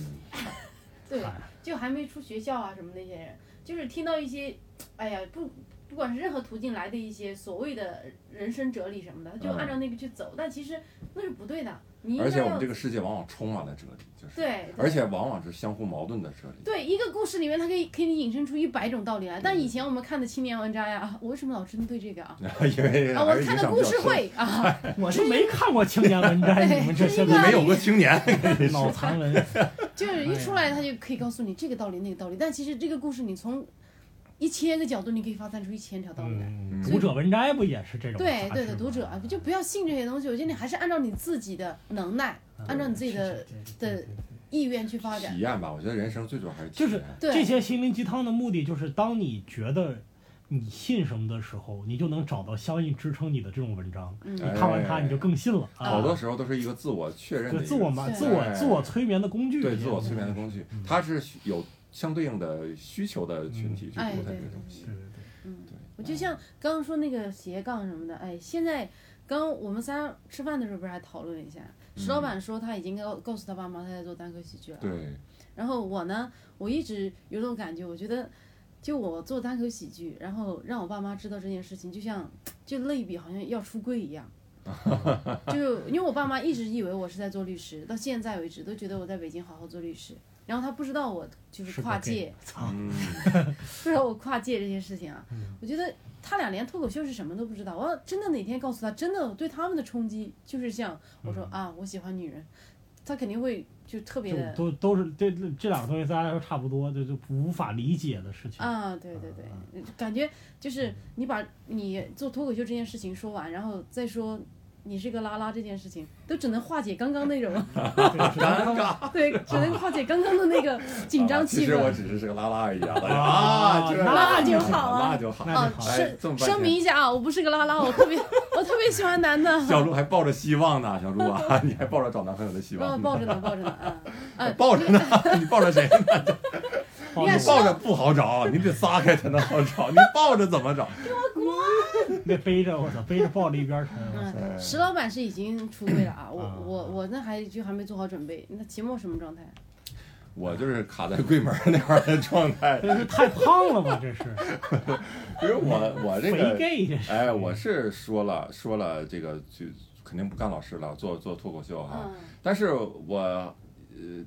[SPEAKER 3] 对吧？就还没出学校啊什么那些人，就是听到一些，哎呀不。不管是任何途径来的一些所谓的人生哲理什么的，他就
[SPEAKER 1] 嗯
[SPEAKER 3] 按照那个去走，但其实那是不对的。你应
[SPEAKER 1] 而
[SPEAKER 3] 该
[SPEAKER 1] 且我
[SPEAKER 3] 要
[SPEAKER 1] 们这个世界往往充满了哲理，就是，
[SPEAKER 3] 对，
[SPEAKER 1] 而且往往是相互矛盾的哲理，
[SPEAKER 3] 对一个故事里面，它可以给你引申出一百种道理来。但
[SPEAKER 1] 嗯
[SPEAKER 3] 以前我们看的青年文摘呀、啊，我为什么老针对这个啊？
[SPEAKER 1] 因为
[SPEAKER 3] 啊，
[SPEAKER 1] 还
[SPEAKER 3] 我
[SPEAKER 1] 是
[SPEAKER 3] 看
[SPEAKER 1] 影
[SPEAKER 3] 的
[SPEAKER 1] 响
[SPEAKER 3] 故
[SPEAKER 1] 比较
[SPEAKER 3] 事
[SPEAKER 1] 深。
[SPEAKER 3] 会啊，
[SPEAKER 2] 我是没看过青年文摘，
[SPEAKER 3] 对
[SPEAKER 2] 你们这些
[SPEAKER 3] 是 一个
[SPEAKER 1] 你没有过青年，
[SPEAKER 2] 脑残文，
[SPEAKER 3] 就是一出来他就可以告诉你这个道理那个道理。但其实这个故事你从一千个角度，你可以发散出一千条道理来。
[SPEAKER 2] 嗯，读者文摘不也是这种嗯杂志
[SPEAKER 3] 对
[SPEAKER 2] 吗？
[SPEAKER 3] 对的，读者啊，就不要信这些东西。我觉得你还是按照你自己的能耐，按照你自己的的
[SPEAKER 2] 啊对
[SPEAKER 3] 意愿去发展
[SPEAKER 1] 体。验吧，我觉得人生最主要还是体
[SPEAKER 2] 就是
[SPEAKER 1] 验
[SPEAKER 3] 对
[SPEAKER 2] 这些心灵鸡汤的目的就是，当你觉得你信什么的时候，你就能找到相应支撑你的这种文章。你
[SPEAKER 1] 哎
[SPEAKER 3] 嗯
[SPEAKER 2] 看完它，你就更信了。啊
[SPEAKER 1] 好多时候都是一个自我确认
[SPEAKER 2] 对
[SPEAKER 1] 的一
[SPEAKER 2] 自我
[SPEAKER 1] 个
[SPEAKER 2] 嘛，
[SPEAKER 3] 是
[SPEAKER 2] 自我
[SPEAKER 1] 哎
[SPEAKER 2] 自我催眠的工具。
[SPEAKER 1] 对
[SPEAKER 2] 这
[SPEAKER 1] 自
[SPEAKER 2] 些
[SPEAKER 1] 我催眠的工具
[SPEAKER 2] 嗯，
[SPEAKER 1] 它是需有相对应的需求的群体去
[SPEAKER 3] 哎
[SPEAKER 1] 覆盖这
[SPEAKER 3] 对
[SPEAKER 1] 个
[SPEAKER 3] 对
[SPEAKER 1] 东
[SPEAKER 3] 对
[SPEAKER 1] 西
[SPEAKER 2] 对。对对，
[SPEAKER 3] 嗯。
[SPEAKER 1] 对，
[SPEAKER 3] 我就像刚刚说那个斜杠什么的，哎，现在刚我们仨吃饭的时候不是还讨论了一下，石老板说他已经告告诉他爸妈他在做单口喜剧了，
[SPEAKER 1] 对，
[SPEAKER 3] 然后我呢，我一直有种感觉，我觉得就我做单口喜剧，然后让我爸妈知道这件事情，就像就类比好像要出柜一样。 就因为我爸妈一直以为我是在做律师，到现在为止都觉得我在北京好好做律师，然后他不知道我就是
[SPEAKER 2] 是
[SPEAKER 3] 跨
[SPEAKER 2] 个 gay
[SPEAKER 3] 界，。
[SPEAKER 2] 操，
[SPEAKER 1] 嗯，
[SPEAKER 3] 不知道我跨界这件事情啊
[SPEAKER 2] 嗯，
[SPEAKER 3] 我觉得他俩连脱口秀是什么都不知道。我要真的哪天告诉他，真的对他们的冲击就是像我说
[SPEAKER 2] 嗯
[SPEAKER 3] 啊，我喜欢女人，他肯定会就特别
[SPEAKER 2] 就
[SPEAKER 3] 的
[SPEAKER 2] 都都是这这这两个东西，大家来说差不多，就就无法理解的事情。
[SPEAKER 3] 啊，对对
[SPEAKER 1] 嗯
[SPEAKER 2] 啊
[SPEAKER 3] 对，感觉就是你把你做脱口秀这件事情说完，然后再说你是个拉拉这件事情，都只能化解刚刚那种，
[SPEAKER 2] 尴尬。
[SPEAKER 3] 对，只能化解刚刚的 那个紧张
[SPEAKER 1] 啊其
[SPEAKER 3] 气
[SPEAKER 1] 实我
[SPEAKER 3] 氛。
[SPEAKER 1] 只是是个拉拉而已啊，
[SPEAKER 2] 啊
[SPEAKER 1] 这
[SPEAKER 3] 那就好啊
[SPEAKER 1] 那就好。
[SPEAKER 2] 那
[SPEAKER 3] 啊
[SPEAKER 2] 就，好
[SPEAKER 1] 哎这
[SPEAKER 3] 声
[SPEAKER 1] 么半
[SPEAKER 3] 声明一下啊，我不是个拉拉，我特 别我特别喜欢男的，
[SPEAKER 1] 小鹿还抱着希望呢，小鹿啊， 你还抱着找男朋友的希
[SPEAKER 3] 啊
[SPEAKER 1] 望呢，
[SPEAKER 3] 抱着呢抱着呢啊， 哎
[SPEAKER 1] 抱着呢，你抱着谁呢？
[SPEAKER 2] 好
[SPEAKER 3] 你看
[SPEAKER 1] 你
[SPEAKER 3] 是
[SPEAKER 1] 抱着不好找，你得撒开才能好找，你抱着怎么找？
[SPEAKER 2] 那背着我操，背着抱着一边儿沉。我操
[SPEAKER 1] 哎
[SPEAKER 3] 嗯，石老板是已经出柜了啊，我
[SPEAKER 2] 啊
[SPEAKER 3] 我我那还就还没做好准备，那秦墨什么状态？
[SPEAKER 1] 我就是卡在柜门那块儿的状态，
[SPEAKER 2] 这是太胖了吧？这是
[SPEAKER 1] 因为我我这
[SPEAKER 2] 肥
[SPEAKER 1] 个
[SPEAKER 2] gay 这是。
[SPEAKER 1] 哎，我是说了说了，这个就肯定不干老师了，做做脱口秀哈、
[SPEAKER 3] 嗯
[SPEAKER 1] 但是我呃，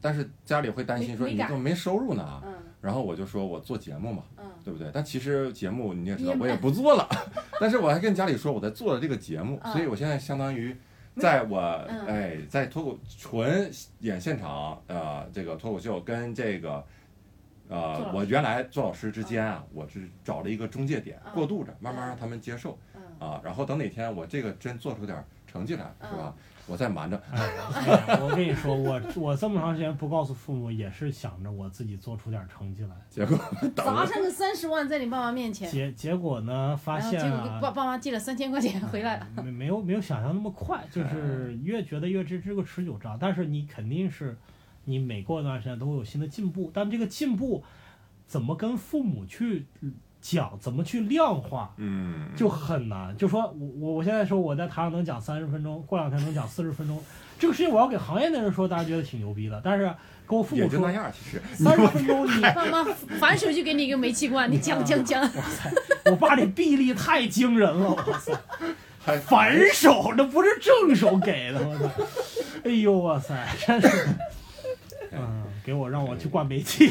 [SPEAKER 1] 但是家里会担心说
[SPEAKER 3] 没
[SPEAKER 1] 你
[SPEAKER 3] 没敢
[SPEAKER 1] 怎么没收入呢？
[SPEAKER 3] 嗯
[SPEAKER 1] 然后我就说我做节目嘛，
[SPEAKER 3] 嗯
[SPEAKER 1] 对不对？但其实节目你也知道
[SPEAKER 3] 你也，
[SPEAKER 1] 我也不做了。 但是我还跟家里说我在做了这个节目，
[SPEAKER 3] 嗯
[SPEAKER 1] 所以我现在相当于在我
[SPEAKER 3] 嗯
[SPEAKER 1] 哎在脱口纯演现场呃这个脱口秀跟这个
[SPEAKER 3] 做
[SPEAKER 1] 呃
[SPEAKER 3] 老师
[SPEAKER 1] 我原来做老师之间啊，我是找了一个中介点
[SPEAKER 3] 嗯
[SPEAKER 1] 过渡着，慢慢
[SPEAKER 3] 嗯
[SPEAKER 1] 让他们接受
[SPEAKER 3] 嗯
[SPEAKER 1] 啊。然后等哪天我这个真做出点成绩来，是吧？我再瞒着。
[SPEAKER 2] 哎呀我跟你说， 我我这么长时间不告诉父母，也是想着我自己做出点成绩来。
[SPEAKER 1] 结果 等
[SPEAKER 3] 砸上个三十万在你爸妈面前，
[SPEAKER 2] 结结果呢，发
[SPEAKER 3] 然后结
[SPEAKER 2] 现
[SPEAKER 3] 果
[SPEAKER 2] 啊嗯
[SPEAKER 3] 给，爸爸妈寄了三千块钱
[SPEAKER 1] 嗯
[SPEAKER 3] 回来了。
[SPEAKER 2] 没没有没有想象那么快，就是越觉得越这是个持久战，但是你肯定是你每过一段时间都会有新的进步，但这个进步怎么跟父母去讲，怎么去量化？
[SPEAKER 1] 嗯
[SPEAKER 2] 就很难，就说我我我现在说我在台上能讲三十分钟，过两天能讲四十分钟， 这个事情我要给行业的人说，大家觉得挺牛逼 的，但是跟我父
[SPEAKER 1] 也
[SPEAKER 2] 母
[SPEAKER 1] 就
[SPEAKER 2] 说
[SPEAKER 1] 那样，其 实
[SPEAKER 2] 三十分钟你
[SPEAKER 3] 爸妈反手就给你一个煤气罐，你讲讲讲。
[SPEAKER 2] 我爸这臂力太惊人了， 我操！
[SPEAKER 1] 还
[SPEAKER 2] 反手，这不是正手给的，我操！ 哎呦，哇塞，真是，
[SPEAKER 1] 哎
[SPEAKER 2] 嗯，给我让我去灌 煤气，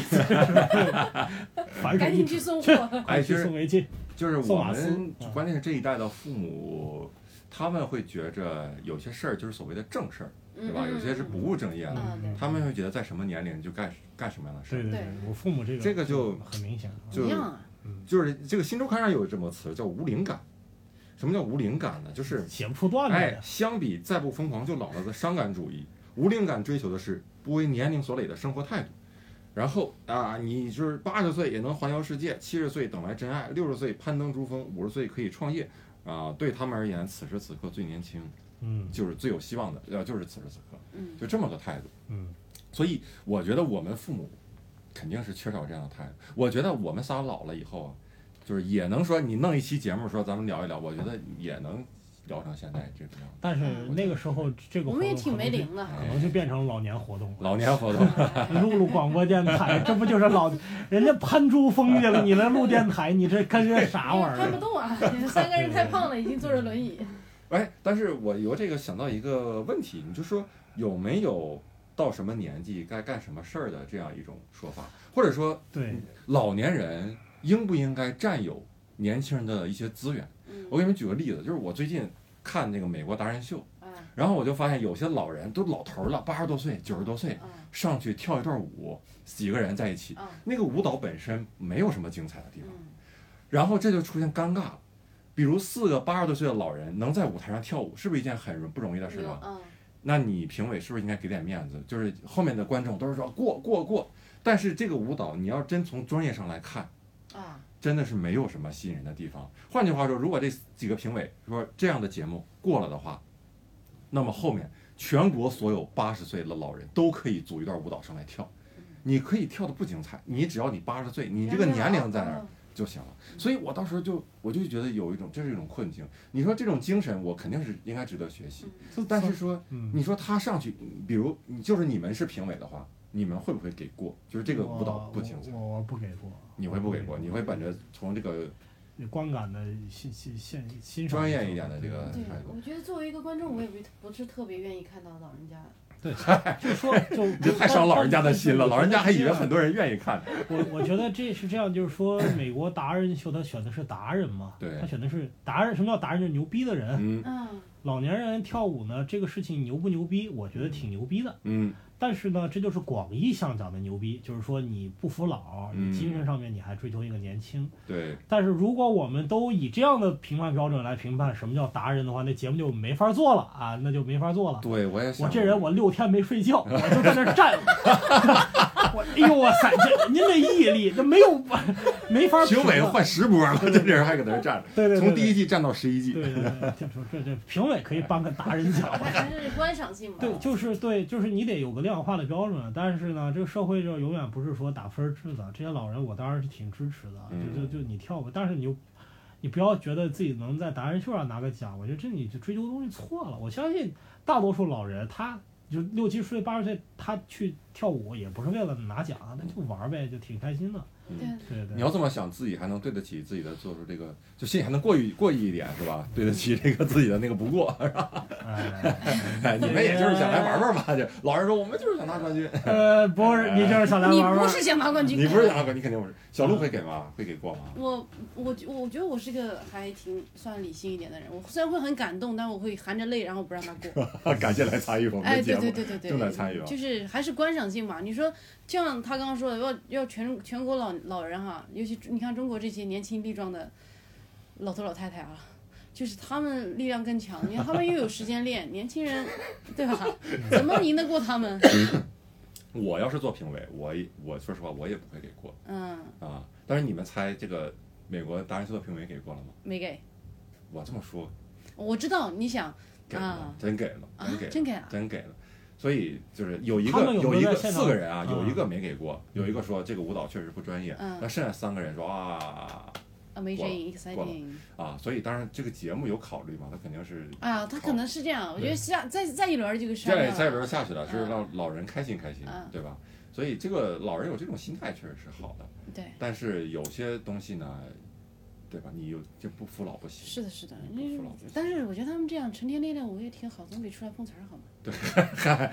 [SPEAKER 2] 反手
[SPEAKER 3] 赶紧
[SPEAKER 2] 一
[SPEAKER 3] 去送货。
[SPEAKER 1] 哎，
[SPEAKER 2] 快
[SPEAKER 1] 其
[SPEAKER 2] 去
[SPEAKER 1] 实
[SPEAKER 2] 送煤气，
[SPEAKER 1] 就是
[SPEAKER 2] 送
[SPEAKER 1] 我
[SPEAKER 2] 马斯
[SPEAKER 1] 们
[SPEAKER 2] 嗯
[SPEAKER 1] 关键是这一代的父母，他们会觉着有些事儿就是所谓的正事儿，对吧？
[SPEAKER 3] 嗯
[SPEAKER 1] 有些是不务正业的，
[SPEAKER 3] 嗯对
[SPEAKER 1] 他们会觉得在什么年龄就干干什么样的事
[SPEAKER 2] 对
[SPEAKER 1] 儿。
[SPEAKER 2] 对对
[SPEAKER 3] 对，
[SPEAKER 2] 我父母这个
[SPEAKER 1] 这个就
[SPEAKER 2] 很明显，
[SPEAKER 1] 就
[SPEAKER 3] 一样啊，
[SPEAKER 1] 就是这个《新周刊》上有这么个词叫无灵感。什么叫无灵感呢？就是
[SPEAKER 2] 写不出段子
[SPEAKER 1] 哎
[SPEAKER 2] 来，，
[SPEAKER 1] 相比再不疯狂就老了的伤感主义，无灵感追求的是不为年龄所累的生活态度。然后啊，你就是八十岁也能环游世界，七十岁等来真爱，六十岁攀登珠峰，五十岁可以创业。啊，对他们而言，此时此刻最年轻，
[SPEAKER 2] 嗯
[SPEAKER 1] 就是最有希望的，呃，就是此时此刻，
[SPEAKER 3] 嗯
[SPEAKER 1] 就这么个态度。
[SPEAKER 2] 嗯，
[SPEAKER 1] 所以我觉得我们父母肯定是缺少这样的态度。我觉得我们仨老了以后啊，就是也能说你弄一期节目说咱们聊一聊，我觉得也能聊成现在这个样子。
[SPEAKER 2] 但是那个时候这个
[SPEAKER 3] 我们也
[SPEAKER 2] 活动
[SPEAKER 3] 挺
[SPEAKER 2] 可能
[SPEAKER 3] 没
[SPEAKER 2] 就
[SPEAKER 3] 灵的。
[SPEAKER 2] 可能就变成老年活动了。
[SPEAKER 1] 老年活动，
[SPEAKER 2] 录录广播电台，这不就是老人家攀珠峰去了，你来录电台，你这跟人啥
[SPEAKER 3] 因为
[SPEAKER 2] 玩意
[SPEAKER 3] 搬不
[SPEAKER 2] 儿？
[SPEAKER 3] 动 啊，三个人太胖了，已经坐着轮椅。
[SPEAKER 1] 哎，但是我由这个想到一个问题，你就说有没有到什么年纪该干什么事儿的这样一种说法，或者说
[SPEAKER 2] 对，
[SPEAKER 1] 老年人应不应该占有年轻人的一些资源？
[SPEAKER 3] 嗯
[SPEAKER 1] 我给你们举个例子，就是我最近看那个美国达人秀，
[SPEAKER 3] 啊
[SPEAKER 1] 然后我就发现有些老人都老头儿了，八十多岁、九十多岁，
[SPEAKER 3] 啊
[SPEAKER 1] 上去跳一段舞，几个人在一起，
[SPEAKER 3] 啊
[SPEAKER 1] 那个舞蹈本身没有什么精彩的地方。
[SPEAKER 3] 嗯
[SPEAKER 1] 然后这就出现尴尬了。比如四个八十多岁的老人能在舞台上跳舞，是不是一件很不容易的事
[SPEAKER 3] 有
[SPEAKER 1] 吧？
[SPEAKER 3] 啊
[SPEAKER 1] 那你评委是不是应该给点面子？就是后面的观众都是说过过过，但是这个舞蹈你要真从专业上来看，
[SPEAKER 3] 啊
[SPEAKER 1] 真的是没有什么吸引人的地方。换句话说，如果这几个评委说这样的节目过了的话，那么后面全国所有八十岁的老人都可以组一段舞蹈上来跳。你可以跳的不精彩，你只要你八十岁，你这个年龄在那儿，
[SPEAKER 3] 嗯
[SPEAKER 1] 就行了。所以我当时就我就觉得有一种这是一种困境。你说这种精神，我肯定是应该值得学习。但是说
[SPEAKER 2] 嗯，
[SPEAKER 1] 你说他上去，比如你就是你们是评委的话，你们会不会给过？就是这个舞蹈不精彩，
[SPEAKER 5] 我我我不给过，
[SPEAKER 1] 你会不给过？你会本着从这个
[SPEAKER 5] 观感的欣欣欣欣赏
[SPEAKER 1] 专业一点的这个
[SPEAKER 3] 对
[SPEAKER 1] 态，度，
[SPEAKER 3] 我觉得作为一个观众，我也不不是特别愿意看到老人家。
[SPEAKER 2] 就说就
[SPEAKER 1] 你这太伤老人家的心了。老人家还以为很
[SPEAKER 2] 多。
[SPEAKER 1] 多人愿意看，
[SPEAKER 2] 我我觉得这是这样，就是说美国达人秀他选的是达人嘛，
[SPEAKER 1] 对
[SPEAKER 2] 他选的是达人。什么叫达人？就是牛逼的人。
[SPEAKER 1] 嗯
[SPEAKER 3] 嗯，
[SPEAKER 2] 老年人跳舞呢，这个事情牛不牛逼？我觉得挺牛逼的。
[SPEAKER 1] 嗯
[SPEAKER 2] 但是呢，这就是广义上讲的牛逼，就是说你不服老，
[SPEAKER 1] 嗯
[SPEAKER 2] 你精神上面你还追求一个年轻。
[SPEAKER 1] 对，
[SPEAKER 2] 但是如果我们都以这样的评判标准来评判什么叫达人的话，那节目就没法做了啊，那就没法做了。
[SPEAKER 1] 对我也想
[SPEAKER 2] 我这人我六天没 睡觉，我就在那儿站。 我哎呦哇塞，这您这毅力，这没有 没法评
[SPEAKER 1] 评委
[SPEAKER 2] 论
[SPEAKER 1] 换十波了，这人还搁那儿站着，
[SPEAKER 2] 对对对对
[SPEAKER 1] 从第一季站到十一
[SPEAKER 2] 对
[SPEAKER 1] 季，
[SPEAKER 2] 对对，这这这评委可以颁个达人奖。
[SPEAKER 3] 还是观赏性吧。
[SPEAKER 2] 对，就是对，就是你得有个量化的标准。啊但是呢，这个社会就永远不是说打分制的。这些老人我当然是挺支持的，啊就
[SPEAKER 1] 嗯
[SPEAKER 2] 就就你跳吧，但是你就你不要觉得自己能在达人秀上拿个奖，我觉得这你就追求的东西错了。我相信大多数老人他。就六七十岁、八十岁，他去跳舞也不是为了拿奖，他就玩儿呗，就挺开心的。
[SPEAKER 3] 对
[SPEAKER 2] 对对
[SPEAKER 1] 你要这么想，自己还能对得起自己的，做出这个，就心里还能过意过意一点，是吧？对得起这个自己的那个不过，
[SPEAKER 2] 哎，
[SPEAKER 1] 哎，你们也就是想来玩玩吧。就老人说，我们就是想拿冠军，
[SPEAKER 2] 呃，不是，你这是想来
[SPEAKER 3] 你
[SPEAKER 2] 玩玩
[SPEAKER 3] 不
[SPEAKER 2] 儿？
[SPEAKER 3] 是想拿冠军？
[SPEAKER 1] 你不是想拿冠军，你肯定不是。小鹿会给吗？会给过吗？
[SPEAKER 3] 我我觉我觉得我是个还挺算理性一点的人，我虽然会很感动，但我会含着泪，然后不让他过。
[SPEAKER 1] 感谢来参与我们
[SPEAKER 3] 哎，
[SPEAKER 1] 的
[SPEAKER 3] 对
[SPEAKER 1] 节
[SPEAKER 3] 对
[SPEAKER 1] 目，
[SPEAKER 3] 对对对，
[SPEAKER 1] 正在参与啊
[SPEAKER 3] 就是还是观赏性嘛。你说就像他刚刚说的，要要全全国老老人哈，尤其你看中国这些年轻力壮的老头老太太啊，就是他们力量更强，因为他们又有时间练，年轻人对吧？怎么赢得过他们？
[SPEAKER 1] 我要是做评委，我也我说实话，我也不会给过
[SPEAKER 3] 嗯，
[SPEAKER 1] 啊。但是你们猜这个美国达人秀的评委给过了吗？
[SPEAKER 3] 没给。
[SPEAKER 1] 我这么说，
[SPEAKER 3] 我知道你想
[SPEAKER 1] 给了
[SPEAKER 3] 啊，
[SPEAKER 1] 真给了，
[SPEAKER 3] 啊
[SPEAKER 1] 真给，了。
[SPEAKER 3] 真给啊，
[SPEAKER 1] 真给了。所以就是有一
[SPEAKER 2] 他
[SPEAKER 1] 个
[SPEAKER 2] 们有没有
[SPEAKER 1] 一
[SPEAKER 2] 在
[SPEAKER 1] 个
[SPEAKER 2] 现场
[SPEAKER 1] 四个人啊，
[SPEAKER 2] 嗯
[SPEAKER 1] 有一个没给过，有一个说这个舞蹈确实不专业，
[SPEAKER 3] 嗯
[SPEAKER 1] 那剩下三个人说啊过了
[SPEAKER 3] amazing exciting。
[SPEAKER 1] 啊，所以当然这个节目有考虑嘛，他肯定是
[SPEAKER 3] 啊，他可能是这样，我觉
[SPEAKER 1] 对
[SPEAKER 3] 得下再再一轮儿这个事儿
[SPEAKER 1] 下
[SPEAKER 3] 了，
[SPEAKER 1] 下一轮下去了，
[SPEAKER 3] 嗯
[SPEAKER 1] 就是让老人开心开心
[SPEAKER 3] 嗯，
[SPEAKER 1] 对吧？所以这个老人有这种心态确实是好的，
[SPEAKER 3] 对，
[SPEAKER 1] 但是有些东西呢，对吧？你有这不服老不行，
[SPEAKER 3] 是的，是的，
[SPEAKER 1] 嗯
[SPEAKER 3] 那
[SPEAKER 1] 不服老
[SPEAKER 3] 但是我觉得他们这样成天练练舞也挺好，总比出来碰瓷儿好嘛。
[SPEAKER 2] 哎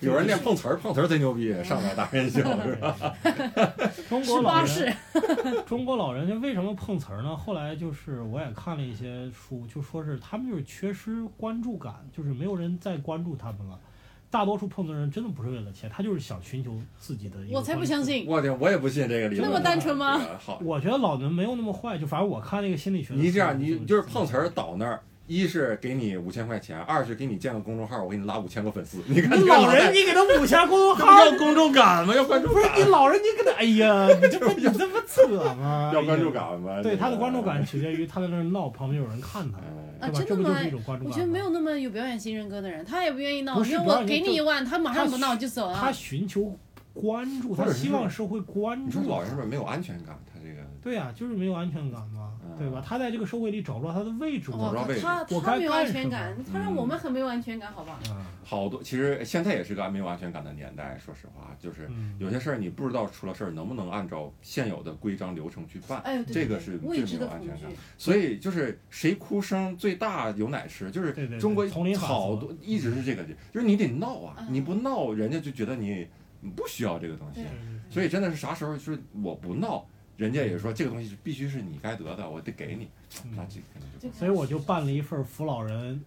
[SPEAKER 1] 有 人练碰瓷儿，碰瓷儿贼牛逼，上不了达人秀
[SPEAKER 3] 嗯
[SPEAKER 1] 是吧？
[SPEAKER 2] 中国老
[SPEAKER 3] 十八
[SPEAKER 2] 人
[SPEAKER 3] 式，
[SPEAKER 2] 中国老人就为什么碰瓷儿呢？后来就是我也看了一些书，就说是他们就是缺失关注感，就是没有人再关注他们了。大多数碰瓷儿人真的不是为了钱，他就是想寻求自己的一个。
[SPEAKER 3] 我才不相。信。
[SPEAKER 1] 我天，我也不信这个理论。
[SPEAKER 3] 那么单纯吗
[SPEAKER 1] 这个好，
[SPEAKER 2] 我觉得老人没有那么坏，就反正我看那个心理学的书。
[SPEAKER 1] 你这样，你就是碰瓷
[SPEAKER 2] 儿。
[SPEAKER 1] 儿倒那儿，一是给你五千块钱，二是给你建个公众号，我给你拉五千个粉丝。你看，你看
[SPEAKER 2] 老人，哎你给他五千公众
[SPEAKER 1] 这
[SPEAKER 2] 号
[SPEAKER 1] 不，要公众感吗？要关注
[SPEAKER 2] 不是你老人，你给他，哎呀，你 这不你这不扯吗？
[SPEAKER 1] 要关注感吗？
[SPEAKER 2] 对他的关注感取决于他在那儿闹，旁边有人看他，
[SPEAKER 1] 哎。
[SPEAKER 3] 啊
[SPEAKER 2] 对吧？
[SPEAKER 3] 真的
[SPEAKER 2] 这不就
[SPEAKER 3] 吗
[SPEAKER 2] 是一种关注
[SPEAKER 3] 我
[SPEAKER 2] 感吗？
[SPEAKER 3] 觉得没有那么有表演型人格的人，他也不愿意闹。
[SPEAKER 2] 不
[SPEAKER 3] 你
[SPEAKER 2] 是
[SPEAKER 3] 说
[SPEAKER 2] 不让
[SPEAKER 3] 我
[SPEAKER 2] 人
[SPEAKER 3] 给你一万，他马上不闹就走
[SPEAKER 2] 他
[SPEAKER 3] 了。
[SPEAKER 2] 寻求关注，
[SPEAKER 1] 或
[SPEAKER 2] 他
[SPEAKER 1] 者是
[SPEAKER 2] 希望社会关
[SPEAKER 1] 你说
[SPEAKER 2] 注。
[SPEAKER 1] 老人是不是没有安全感？他这个
[SPEAKER 2] 对呀、就是没有安全感嘛，
[SPEAKER 1] 嗯
[SPEAKER 2] 对吧？他在这个社会里找不到他的位置
[SPEAKER 1] 我
[SPEAKER 2] 嘛
[SPEAKER 1] 不知。道为什么
[SPEAKER 3] 他
[SPEAKER 2] 我
[SPEAKER 3] 他
[SPEAKER 2] 该
[SPEAKER 3] 没有
[SPEAKER 2] 干
[SPEAKER 3] 安
[SPEAKER 2] 什
[SPEAKER 3] 全
[SPEAKER 2] 么
[SPEAKER 3] 感，他让
[SPEAKER 1] 嗯
[SPEAKER 3] 我们很没有安全感，好吧？
[SPEAKER 2] 啊，
[SPEAKER 1] 好多，其实现在也是个没有安全感的年代。说实话，就是
[SPEAKER 2] 嗯，
[SPEAKER 1] 有些事儿你不知道出了事儿能不能按照现有的规章流程去办，
[SPEAKER 3] 哎，对
[SPEAKER 1] 这
[SPEAKER 3] 对
[SPEAKER 1] 个
[SPEAKER 3] 对，
[SPEAKER 1] 是最
[SPEAKER 3] 未
[SPEAKER 1] 没
[SPEAKER 3] 知
[SPEAKER 1] 有
[SPEAKER 3] 的
[SPEAKER 1] 安
[SPEAKER 3] 恐
[SPEAKER 1] 全
[SPEAKER 3] 惧
[SPEAKER 1] 感。。所以就是谁哭声最大有奶吃，就是
[SPEAKER 2] 对对对
[SPEAKER 1] 中国
[SPEAKER 2] 丛林法则嗯
[SPEAKER 1] 好多一直是这个，就是你得闹啊，
[SPEAKER 3] 嗯
[SPEAKER 1] 你不闹人家就觉得你不需要这个东西
[SPEAKER 3] 对。
[SPEAKER 1] 所以真的是啥时候就是我不闹，人家也说这个东西是必须是你该得的，我得给你，
[SPEAKER 2] 嗯
[SPEAKER 1] 那这可能就
[SPEAKER 3] 这
[SPEAKER 1] 不。
[SPEAKER 3] 个
[SPEAKER 2] 所以我就办了一份扶老人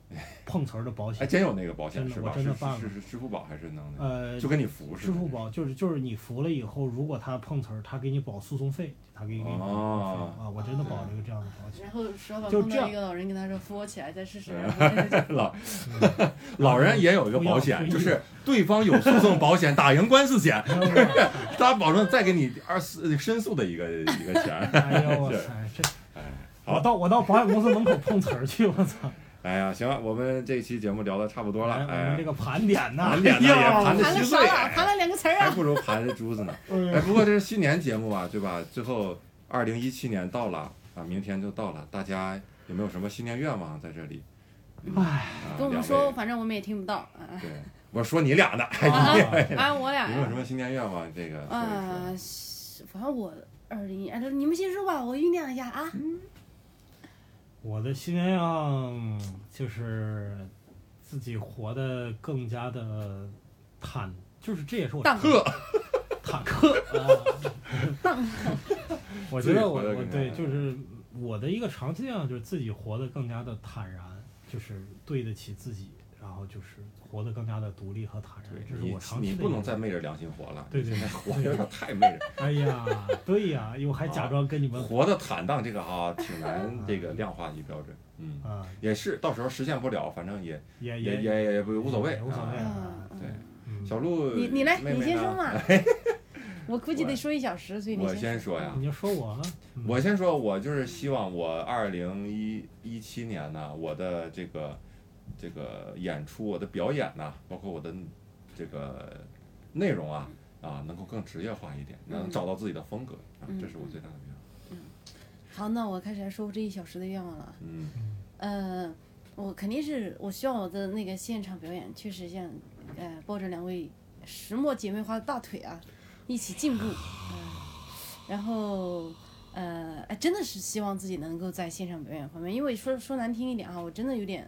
[SPEAKER 2] 碰瓷儿的保
[SPEAKER 1] 哎，
[SPEAKER 2] 险。
[SPEAKER 1] 真有那个保险
[SPEAKER 2] 真的
[SPEAKER 1] 是吧？
[SPEAKER 2] 我
[SPEAKER 1] 是
[SPEAKER 2] 真的办了
[SPEAKER 1] 是是是支付宝还是能的，
[SPEAKER 2] 呃
[SPEAKER 1] 就，跟你服似的。
[SPEAKER 2] 支付宝就是就是你扶了以后，如果他碰瓷儿，他给你保诉讼费，他给你给你保诉讼费
[SPEAKER 1] 哦
[SPEAKER 2] 啊。我真的保了一个这样的保险。
[SPEAKER 3] 然后石老板
[SPEAKER 2] 就
[SPEAKER 3] 碰
[SPEAKER 2] 这样
[SPEAKER 3] 到一个老人，跟他说扶我起来再试啊 试。然 后
[SPEAKER 1] 老 老人也有一个保险，就是对方 有诉讼保险、打赢官司险，
[SPEAKER 2] 嗯。
[SPEAKER 1] 呃他保证再给你二次申诉的一个一个钱
[SPEAKER 2] 哎呦我操，这我到我到保险公司门口碰瓷儿去，我操！
[SPEAKER 1] 哎呀，行了，我们这期节目聊的差不多
[SPEAKER 2] 我
[SPEAKER 1] 了，
[SPEAKER 2] 们
[SPEAKER 1] 哎
[SPEAKER 2] 这，个盘点呐，
[SPEAKER 1] 盘点呢也
[SPEAKER 2] 哎
[SPEAKER 1] 盘
[SPEAKER 2] 呦
[SPEAKER 1] 得
[SPEAKER 3] 盘了
[SPEAKER 1] 稀
[SPEAKER 3] 啥
[SPEAKER 1] 碎，
[SPEAKER 3] 了？盘
[SPEAKER 1] 哎
[SPEAKER 3] 了两个词儿
[SPEAKER 1] 还
[SPEAKER 3] 啊！
[SPEAKER 1] 不如盘这珠子呢。
[SPEAKER 2] 哎
[SPEAKER 1] 哎，
[SPEAKER 2] 呦
[SPEAKER 1] 不过这是新年节目啊，对吧？最后二零一七年到了啊，明天就到了，大家有没有什么新年愿望在这里？
[SPEAKER 2] 哎，
[SPEAKER 1] 啊、
[SPEAKER 3] 跟我们
[SPEAKER 1] 两
[SPEAKER 3] 说，
[SPEAKER 1] 位，
[SPEAKER 3] 反正我们也听不到啊
[SPEAKER 1] 对，我说你 俩呢，哎
[SPEAKER 2] 啊
[SPEAKER 3] 啊！我
[SPEAKER 1] 有
[SPEAKER 3] 俩
[SPEAKER 1] 没有
[SPEAKER 3] 呀
[SPEAKER 1] 什么新年愿望？这个说一说。
[SPEAKER 3] 啊，是反正我二零，哎，你们先说吧，我酝酿一下啊。
[SPEAKER 2] 我的新愿望就是自己活得更加的坦，就是这也是我
[SPEAKER 3] 荡
[SPEAKER 2] 克 坦克啊。我觉得
[SPEAKER 1] 自
[SPEAKER 2] 我
[SPEAKER 1] 己活得
[SPEAKER 2] 我
[SPEAKER 1] 更加
[SPEAKER 2] 对就是我的一个长期愿望就是自己活得更加的坦然，就是对得起自己，然后就是活得更加的独立和坦
[SPEAKER 1] 对
[SPEAKER 2] 然，这是
[SPEAKER 1] 你
[SPEAKER 2] 我长
[SPEAKER 1] 你
[SPEAKER 2] 期的
[SPEAKER 1] 不
[SPEAKER 2] 一
[SPEAKER 1] 能
[SPEAKER 2] 个
[SPEAKER 1] 再昧着良心活了，
[SPEAKER 2] 对对
[SPEAKER 1] 你现在活有
[SPEAKER 2] 对
[SPEAKER 1] 点太昧着，
[SPEAKER 2] 哎呀，对呀，我
[SPEAKER 1] 啊
[SPEAKER 2] 还假装跟你们
[SPEAKER 1] 活的坦荡这个哈、挺难这个量化级标准，嗯，
[SPEAKER 2] 啊，
[SPEAKER 1] 也是到时候实现不了，反正也
[SPEAKER 2] 也
[SPEAKER 1] 也
[SPEAKER 2] 也
[SPEAKER 1] 也也不无所谓，
[SPEAKER 2] 也无所谓
[SPEAKER 1] 啊
[SPEAKER 3] 啊
[SPEAKER 1] 对
[SPEAKER 2] 嗯
[SPEAKER 1] 小鹿，
[SPEAKER 3] 你你来，
[SPEAKER 1] 呃妹妹
[SPEAKER 3] 你先
[SPEAKER 1] 呢
[SPEAKER 3] 说。嘛。我估计
[SPEAKER 1] 我
[SPEAKER 3] 得说一小时，所以你
[SPEAKER 1] 我先说呀
[SPEAKER 2] 你就说我啊，嗯
[SPEAKER 1] 我先说，我就是希望我二零一一七年呢，我的这个这个演出，我的表演呢，包括我的这个内容啊啊，能够更职业化一点，能
[SPEAKER 3] 嗯
[SPEAKER 1] 找到自己的风格啊，这是我
[SPEAKER 3] 嗯
[SPEAKER 1] 最大的愿望。
[SPEAKER 3] 好，那我开始来说这一小时的愿望了啊。
[SPEAKER 1] 嗯，
[SPEAKER 3] 呃，我肯定是我希望我的那个现场表演确实像，呃，抱着两位石墨姐妹花的大腿啊，一起进步，呃，然后呃，哎，真的是希望自己能够在现场表演方面，因为说说难听一点啊，我真的有点，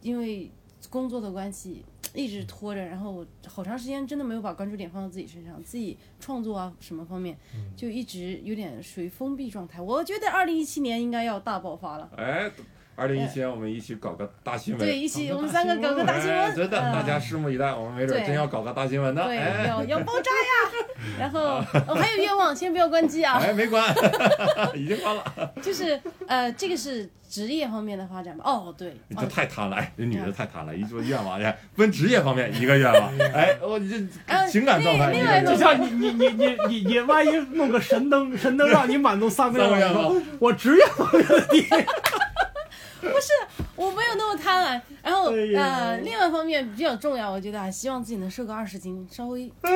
[SPEAKER 3] 因为工作的关系。一直拖着，然后我好长时间真的没有把关注点放到自己身上，自己创作啊什么方面，就一直有点属于封闭状态。我觉得二零一七年应该要大爆发了。
[SPEAKER 1] 哎，二零一七年我们一起搞个大新闻，
[SPEAKER 3] 对，一起我们三个搞个大新
[SPEAKER 1] 哎
[SPEAKER 3] 闻，
[SPEAKER 1] 真的，
[SPEAKER 3] 嗯
[SPEAKER 1] 大家拭目以待，我们没准
[SPEAKER 3] 对
[SPEAKER 1] 真要搞个大新闻呢。
[SPEAKER 3] 对，
[SPEAKER 1] 哎
[SPEAKER 3] 要要爆炸呀！ 然后我还有愿望，先不要关机啊，
[SPEAKER 1] 哎，没关， 已经关了。
[SPEAKER 3] 就是呃，这个是职业方面的发展吧。哦，对，
[SPEAKER 1] 你这
[SPEAKER 3] 哦，
[SPEAKER 1] 太贪了，哎， 这女的太贪了，一说愿望，哎，分职业方面一个愿望，哎，我你这
[SPEAKER 3] 嗯
[SPEAKER 1] 情感状态一个
[SPEAKER 3] 另另外
[SPEAKER 1] 愿
[SPEAKER 3] 一
[SPEAKER 2] 就
[SPEAKER 1] 望
[SPEAKER 3] 种。
[SPEAKER 2] 像你你你你你你万一弄个神灯，神灯让你满足三个
[SPEAKER 1] 三个
[SPEAKER 2] 愿
[SPEAKER 1] 愿望
[SPEAKER 2] 望，我只愿
[SPEAKER 3] 我没有那么贪婪。然后
[SPEAKER 2] 哎呀
[SPEAKER 3] 呃，另外一方面比较重要，我觉得啊，希望自己能瘦个二十斤，稍微
[SPEAKER 1] 哎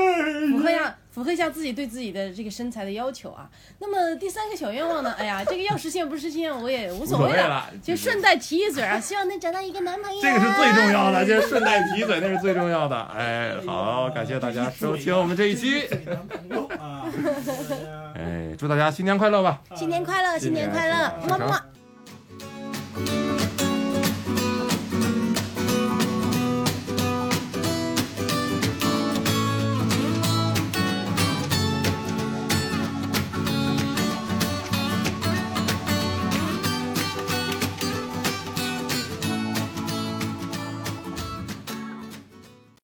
[SPEAKER 3] 符合一下符合一下自己对自己的这个身材的要求啊。那么第三个小愿望呢？哎呀，这个要实现不实现我也无
[SPEAKER 1] 无
[SPEAKER 3] 所
[SPEAKER 1] 所
[SPEAKER 3] 谓
[SPEAKER 1] 谓了嗯
[SPEAKER 3] 就顺带提一嘴啊，希望能找到一个男朋友啊。
[SPEAKER 1] 这个是最重 要的，这顺带提嘴，那是最重要的。哎，好，感谢大家收听我们这一期，
[SPEAKER 2] 望啊。啊
[SPEAKER 1] 哎，祝大家新年快乐吧！
[SPEAKER 3] 新年快乐，
[SPEAKER 1] 新
[SPEAKER 3] 新
[SPEAKER 1] 年
[SPEAKER 3] 年快乐，
[SPEAKER 1] 快乐
[SPEAKER 3] 么么。